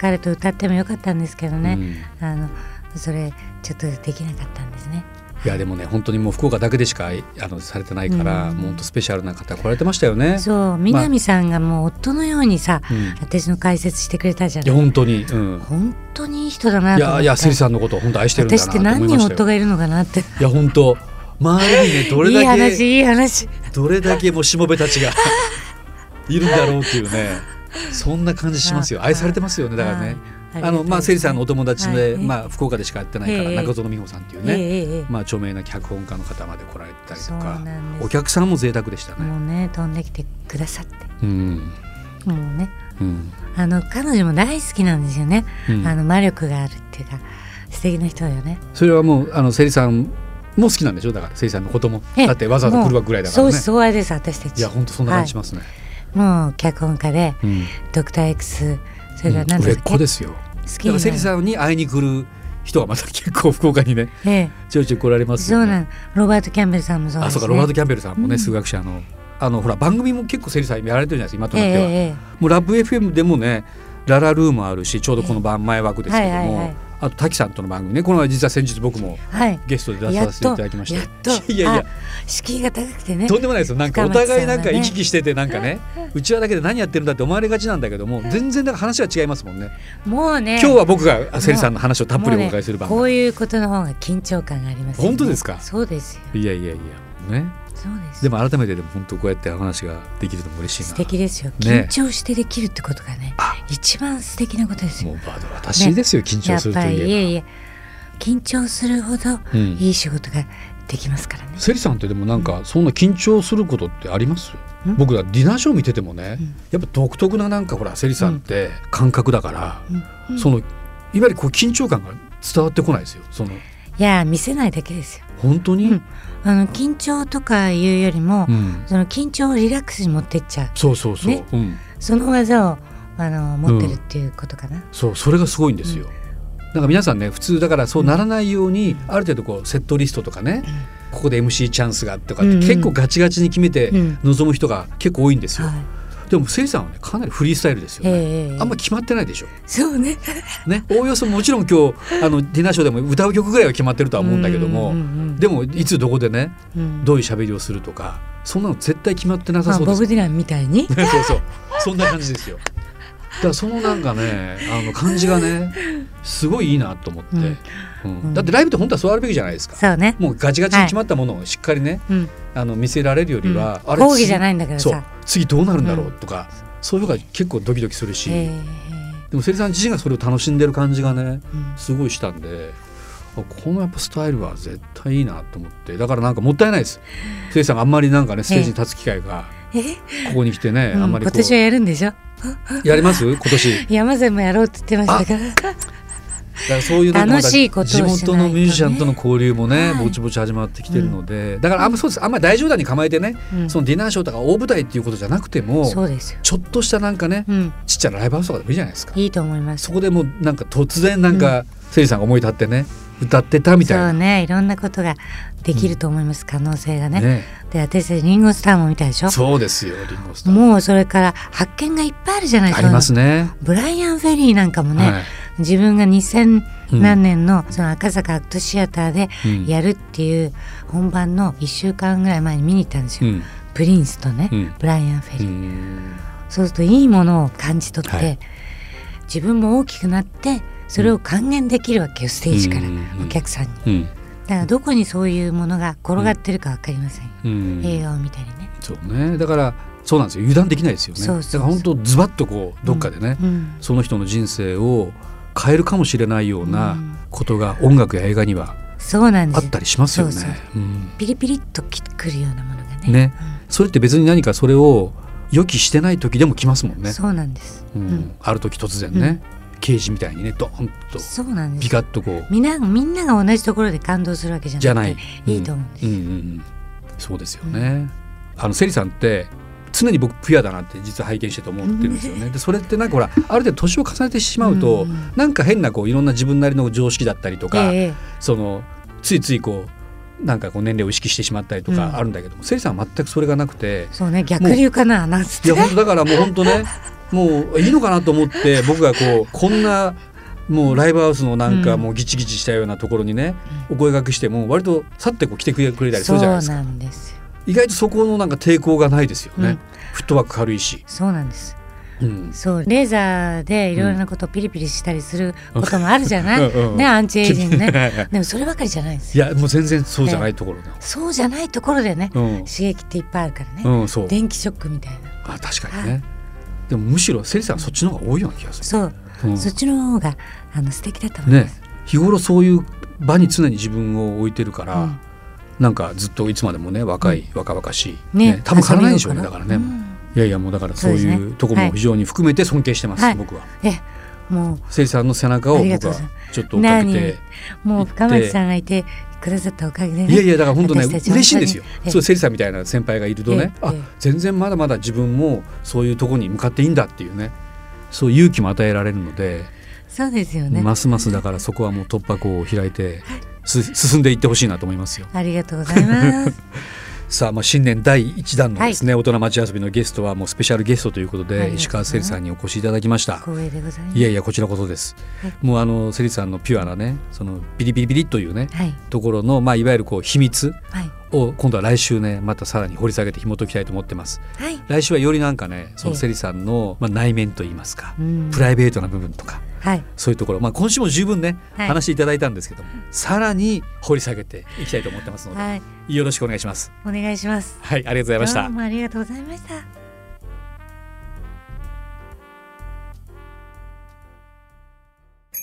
Speaker 1: 彼と歌ってもよかったんですけど
Speaker 2: う
Speaker 1: ね、
Speaker 2: ん
Speaker 1: あのそれちょっとできなかったんですね
Speaker 2: いやでもね本当にもう福岡だけでしかあのされてないから、
Speaker 1: うん
Speaker 2: もう本当スペシャルな方来られてましたよね。
Speaker 1: そう南さんがもう夫のようにさ、
Speaker 2: うんい
Speaker 1: 私の解説してくれたじゃな
Speaker 2: や
Speaker 1: い
Speaker 2: 本当に、うん、
Speaker 1: 本当にいい人だないと思っ
Speaker 2: や
Speaker 1: て
Speaker 2: いやセリさんのことを本当愛してるんだな
Speaker 1: 私
Speaker 2: と
Speaker 1: って
Speaker 2: 思いま
Speaker 1: 何人
Speaker 2: した
Speaker 1: 夫
Speaker 2: よ。
Speaker 1: がいるのかなって
Speaker 2: いや本当周りにねどれ
Speaker 1: いい
Speaker 2: だけ
Speaker 1: 話いい話
Speaker 2: どれだけもうしもべたちが いるんだろうっていうねそんな感じしますよ愛されてますよねだからね。
Speaker 1: はい
Speaker 2: あのまあセリさんのお友達で、
Speaker 1: はい
Speaker 2: まあ福岡でしかやってないから、
Speaker 1: ええ
Speaker 2: 中園美穂さんっていう
Speaker 1: ええ
Speaker 2: ね、
Speaker 1: ええええ
Speaker 2: まあ著名な脚本家の方まで来られてたりと
Speaker 1: そう
Speaker 2: か
Speaker 1: なんです
Speaker 2: お客さんも贅沢でしたね。
Speaker 1: もうね飛んできてくださって
Speaker 2: うん
Speaker 1: もうね
Speaker 2: うん
Speaker 1: あの彼女も大好きなんですよね、
Speaker 2: うん
Speaker 1: あの魔力があるっていうか素敵な人だよね
Speaker 2: それはもうあのセリさんも好きなんでしょだからセリさんのことも
Speaker 1: ええ
Speaker 2: だってわざわざ来るわぐらいだから
Speaker 1: もう
Speaker 2: ね
Speaker 1: そうそうあれです私たち
Speaker 2: いや本当そんな感じしますね、
Speaker 1: もう脚本家で
Speaker 2: うん
Speaker 1: ドクター X それから
Speaker 2: うん
Speaker 1: 何
Speaker 2: 売
Speaker 1: で
Speaker 2: れっ
Speaker 1: すか、
Speaker 2: 子ですよ
Speaker 1: 好き
Speaker 2: だか
Speaker 1: に
Speaker 2: ら
Speaker 1: な
Speaker 2: セリさんに会いに来る人がまた結構福岡にね
Speaker 1: ええ
Speaker 2: ちょいちょい来られます
Speaker 1: そ
Speaker 2: よ
Speaker 1: う
Speaker 2: ね
Speaker 1: なんロバート・キャンベルさんもそうで
Speaker 2: あ
Speaker 1: す、ね、
Speaker 2: そうかロバート・
Speaker 1: キ
Speaker 2: キャンベルさんもね、数学者のあのほら番組も結構セリさんやられてるじゃないですか今となっ
Speaker 1: え
Speaker 2: て
Speaker 1: え
Speaker 2: は、
Speaker 1: ええ
Speaker 2: もうラブ FM でもねララルーもあるしちょうどこの番前枠ですけども、
Speaker 1: はいはいはい
Speaker 2: あと滝さんとの番組ねこの前実は先日僕も
Speaker 1: はい
Speaker 2: ゲストで出
Speaker 1: や
Speaker 2: さ
Speaker 1: っ
Speaker 2: せてい
Speaker 1: と
Speaker 2: ただきました
Speaker 1: やっと
Speaker 2: いやいや
Speaker 1: あ敷居が高くてね
Speaker 2: とんでもないですよなんかお
Speaker 1: 深町さんは
Speaker 2: 互
Speaker 1: ね
Speaker 2: いなんか行き来しててなんかねうちわだけで何やってるんだって思われがちなんだけども全然だから話は違いますもんね
Speaker 1: もうね
Speaker 2: 今日は僕があセリさんの話をたっぷりお伺いする番
Speaker 1: もうねこう
Speaker 2: 組
Speaker 1: いうことの方が緊張感がありますよね
Speaker 2: 本当ですか
Speaker 1: そうですよ
Speaker 2: いやいやいやね
Speaker 1: そうです
Speaker 2: でも改めてでも本当こうやってお話ができるのも嬉しい
Speaker 1: 素
Speaker 2: な
Speaker 1: 敵ですよ
Speaker 2: ね
Speaker 1: 緊張してできるってことがね
Speaker 2: あ
Speaker 1: 一番素敵なことです
Speaker 2: も
Speaker 1: よ
Speaker 2: うバード私ですよ緊
Speaker 1: や
Speaker 2: 張
Speaker 1: っ
Speaker 2: すると
Speaker 1: ぱりい
Speaker 2: いえ
Speaker 1: えいえ緊張するほど
Speaker 2: ばうん
Speaker 1: いい仕事ができますからね、
Speaker 2: セリさんってでもなんかそんな緊張することってあります
Speaker 1: ん
Speaker 2: 僕らディナーショー見ててもね
Speaker 1: ん
Speaker 2: やっぱ独特ななんかほらセリさんって感覚だから
Speaker 1: うん
Speaker 2: そのいわゆるこう緊張感が伝わってこないですよその
Speaker 1: いや見せないだけですよ
Speaker 2: 本当に、
Speaker 1: うんあの緊張とかいうよりも、
Speaker 2: うん
Speaker 1: その緊張をリラックスに持ってっちゃう
Speaker 2: そうそうそう、
Speaker 1: ね
Speaker 2: うん、
Speaker 1: その技をあの持ってるっていうことかな、
Speaker 2: そうそれがすごいんですよ、なんか皆さんね普通だからそうならないように、ある程度こうセットリストとかね、ここで MC チャンスがとかって、
Speaker 1: うんうん
Speaker 2: 結構ガチガチに決めて
Speaker 1: うん
Speaker 2: 臨む人が結構多いんですよ、
Speaker 1: はい
Speaker 2: でもせいさんはねかなりフリースタイルですよね、
Speaker 1: ええ
Speaker 2: あんま決まってないでしょ
Speaker 1: そうね
Speaker 2: ね、おおよそもちろん今日あのディナーショーでも歌う曲ぐらいは決まってるとは思うんだけど
Speaker 1: うん
Speaker 2: も、
Speaker 1: うんうんうん
Speaker 2: でもいつどこでね
Speaker 1: うん
Speaker 2: どういう喋りをするとかそんなの絶対決まってなさ
Speaker 1: まあ、
Speaker 2: そうで
Speaker 1: ボ
Speaker 2: す、
Speaker 1: ブ・ディランみたいに
Speaker 2: そうそうそんな感じですよだからそのなんかねあの感じがねすごいいいなと思って、うん
Speaker 1: うん
Speaker 2: だってライブって本当はそうあるべきじゃないですか、
Speaker 1: そうね、
Speaker 2: もうガチガチに決まったものをしっかりね、
Speaker 1: うん、
Speaker 2: あの見せられるよりは、あれ
Speaker 1: 講義じゃないんだけど
Speaker 2: そう
Speaker 1: さ
Speaker 2: 次どうなるんだろうとか、そういうのが結構ドキドキするし、
Speaker 1: ええ
Speaker 2: でもせりさん自身がそれを楽しんでる感じがね
Speaker 1: うん
Speaker 2: すごいしたんであこのやっぱスタイルは絶対いいなと思ってだからなんかもったいないですせいさんがあんまりなんかねステージに立つ機会が
Speaker 1: え
Speaker 2: ここに来てね、
Speaker 1: うん
Speaker 2: あんまりこ
Speaker 1: 今年は
Speaker 2: う
Speaker 1: やるんでしょ
Speaker 2: やります今年
Speaker 1: 山勢もやろうって言ってましたから
Speaker 2: だからそういうなんかまだ
Speaker 1: 楽しいことをしないとね
Speaker 2: 地元のミュージシャンとの交流もね、
Speaker 1: はい
Speaker 2: ぼちぼち始まってきてるので、だからあんまそうですあんまり大冗談に構えてね、
Speaker 1: うん
Speaker 2: そのディナーショーとか大舞台っていうことじゃなくても
Speaker 1: そうですよ、
Speaker 2: ちょっとしたなんかね、
Speaker 1: うん、
Speaker 2: ちっちゃなライブハウスとかでもいいじゃないですか
Speaker 1: いいと思います
Speaker 2: そこでもうなんか突然なんか、せいさんが思い立ってね歌ってたみたい
Speaker 1: そ
Speaker 2: な
Speaker 1: うねいろんなことができると思います、可能性がね
Speaker 2: ね
Speaker 1: で私たちリンゴスターも見たでしょ
Speaker 2: そうですよリンゴスター
Speaker 1: もうそれから発見がいっぱいあるじゃない
Speaker 2: あります
Speaker 1: ね
Speaker 2: ね
Speaker 1: ブライアン・フェリーなんかもね、
Speaker 2: はい
Speaker 1: 自分が2000
Speaker 2: うん
Speaker 1: 何年のその赤坂アクトシアターで
Speaker 2: うん
Speaker 1: やるっていう本番の1週間ぐらい前に見に行ったんです
Speaker 2: う
Speaker 1: よ、
Speaker 2: ん
Speaker 1: プリンスとね、
Speaker 2: うん
Speaker 1: ブライアン・フェリ
Speaker 2: う
Speaker 1: ー、
Speaker 2: ん
Speaker 1: そうするといいものを感じ取って、
Speaker 2: はい
Speaker 1: 自分も大きくなってそれを還元できるわけよステージから、
Speaker 2: うんうん
Speaker 1: お客さんに
Speaker 2: うん
Speaker 1: だからどこにそういうものが転がってるかわかりませんよ、
Speaker 2: うん
Speaker 1: 映画を見たりね、
Speaker 2: そうねだからそうなんですよ油断できないですよね
Speaker 1: そうそうそう
Speaker 2: だから本当ズバッとこうどっかでね、
Speaker 1: うん、
Speaker 2: その人の人生を変えるかもしれないよう
Speaker 1: う
Speaker 2: なんことが音楽や映画には
Speaker 1: そうなんで
Speaker 2: あ
Speaker 1: す
Speaker 2: っ
Speaker 1: よ
Speaker 2: たりしますよね。
Speaker 1: そうそう
Speaker 2: うん
Speaker 1: ピリピリっときくるようなものがね
Speaker 2: ね、それって別に何かそれを予期してない時でも来ますもん
Speaker 1: うん
Speaker 2: ね。
Speaker 1: そうなんです、
Speaker 2: う
Speaker 1: うんん、
Speaker 2: ある時突然ね、刑事みたいにねドーンと
Speaker 1: そうなんです
Speaker 2: ピカッとこう
Speaker 1: みんなみんなが同じところで感動するわけじゃなくて
Speaker 2: じゃない。
Speaker 1: いいと思うんです、
Speaker 2: うんうんうんそうですよね。あのセリさんって常に僕ピュアだなって実は拝見してて思ってるんですよね。でそれってなんかほらある程度年を重ねてしまうと、
Speaker 1: うんうん
Speaker 2: なんか変なこういろんな自分なりの常識だったりとか、
Speaker 1: ええ
Speaker 2: そのついついこうなんかこう年齢を意識してしまったりと
Speaker 1: うん
Speaker 2: かあるんだけども、セリさんは全くそれがなくて
Speaker 1: そうね逆流かななんつっ
Speaker 2: い
Speaker 1: て
Speaker 2: や本当だからもう本当ねもういいのかなと思って僕がこうこんなもうライブハウスのなんか
Speaker 1: うん
Speaker 2: もうギチギチしたようなところにね、お声掛けしても割と去ってこう来てくれたりするじゃないです
Speaker 1: そう
Speaker 2: か
Speaker 1: なんですよ
Speaker 2: 意外とそこのなんか抵抗がないですよね、
Speaker 1: うん
Speaker 2: フットワーク軽いし、
Speaker 1: そうなんです
Speaker 2: うん、
Speaker 1: そうレーザーでいろいろなことをピリピリしたりすることもあるじゃない、
Speaker 2: うんうんうん
Speaker 1: ねアンチエイジング
Speaker 2: はいは
Speaker 1: ね
Speaker 2: い
Speaker 1: でもそればかりじゃないんです
Speaker 2: い
Speaker 1: よ
Speaker 2: やもう全然そうじゃないところだ、
Speaker 1: そうじゃないところでね、
Speaker 2: うん
Speaker 1: 刺激っていっぱいあるからね、
Speaker 2: うんそう
Speaker 1: 電気ショックみたいな
Speaker 2: あ確かにねでもむしろセリさんはそっちの方が多いような気がする
Speaker 1: そう、
Speaker 2: うん
Speaker 1: そっちの方があの素敵だと思いま
Speaker 2: ね
Speaker 1: す、、
Speaker 2: 日頃そういう場に常に自分を置いてるから、
Speaker 1: うん
Speaker 2: なんかずっといつまでもね若い、若々しい、
Speaker 1: ね
Speaker 2: 多分変わらないでしょう
Speaker 1: 遊
Speaker 2: ね
Speaker 1: び
Speaker 2: だから
Speaker 1: 心
Speaker 2: ね、
Speaker 1: うん
Speaker 2: いやいやもうだからそう
Speaker 1: そうで
Speaker 2: い
Speaker 1: す
Speaker 2: う
Speaker 1: ね
Speaker 2: とこも
Speaker 1: はい
Speaker 2: 非常に含めて尊敬してます、
Speaker 1: はい
Speaker 2: 僕は。
Speaker 1: えもう
Speaker 2: せいさんの背中を
Speaker 1: ありが
Speaker 2: 僕
Speaker 1: とう
Speaker 2: は
Speaker 1: ございま
Speaker 2: ちょっと追っかけて。
Speaker 1: もう深町さんがいてくださったおかげでね
Speaker 2: いやいやだから本当ね
Speaker 1: 私たち
Speaker 2: 嬉しいんですよ
Speaker 1: 本当。に
Speaker 2: そうセリさんみたいな先輩がいるとね、
Speaker 1: ええ
Speaker 2: あ
Speaker 1: ええ
Speaker 2: 全然まだまだ自分もそういうとこに向かっていいんだっていうね、そう勇気も与えられるので、
Speaker 1: そうですよね
Speaker 2: ますますだからそこはもう突破口を開いてす 進んでいってほしいなと思いますよ。
Speaker 1: ありがとうございます
Speaker 2: さあ、まあ、新年第1弾の
Speaker 1: はい
Speaker 2: ですね、大人町遊びのゲストはもうスペシャルゲストということ
Speaker 1: ありが
Speaker 2: で
Speaker 1: とう
Speaker 2: 石川せりさんにお越しいただきました
Speaker 1: 光栄でございます
Speaker 2: いやいやこちらこそです、
Speaker 1: はい
Speaker 2: もうあのせりさんのピュアなねそのビリビリビリというね
Speaker 1: はい
Speaker 2: ところの、まあ、いわゆるこう秘密
Speaker 1: はい
Speaker 2: を今度は来週ねまたさらに掘り下げて紐解きたいと思ってます
Speaker 1: はい
Speaker 2: 来週はよりなんかねそ
Speaker 1: え
Speaker 2: の
Speaker 1: え
Speaker 2: せりさんの、まあ、内面といいますか、
Speaker 1: うん
Speaker 2: プライベートな部分とか
Speaker 1: はい
Speaker 2: そういうところ、まあ、今週も十分ね、
Speaker 1: はい
Speaker 2: 話していただいたんですけどもさらに掘り下げていきたいと思ってますので、
Speaker 1: はい
Speaker 2: よろしくお願いします
Speaker 1: お願いします
Speaker 2: はいありがとうございました
Speaker 1: どうもありがとうございました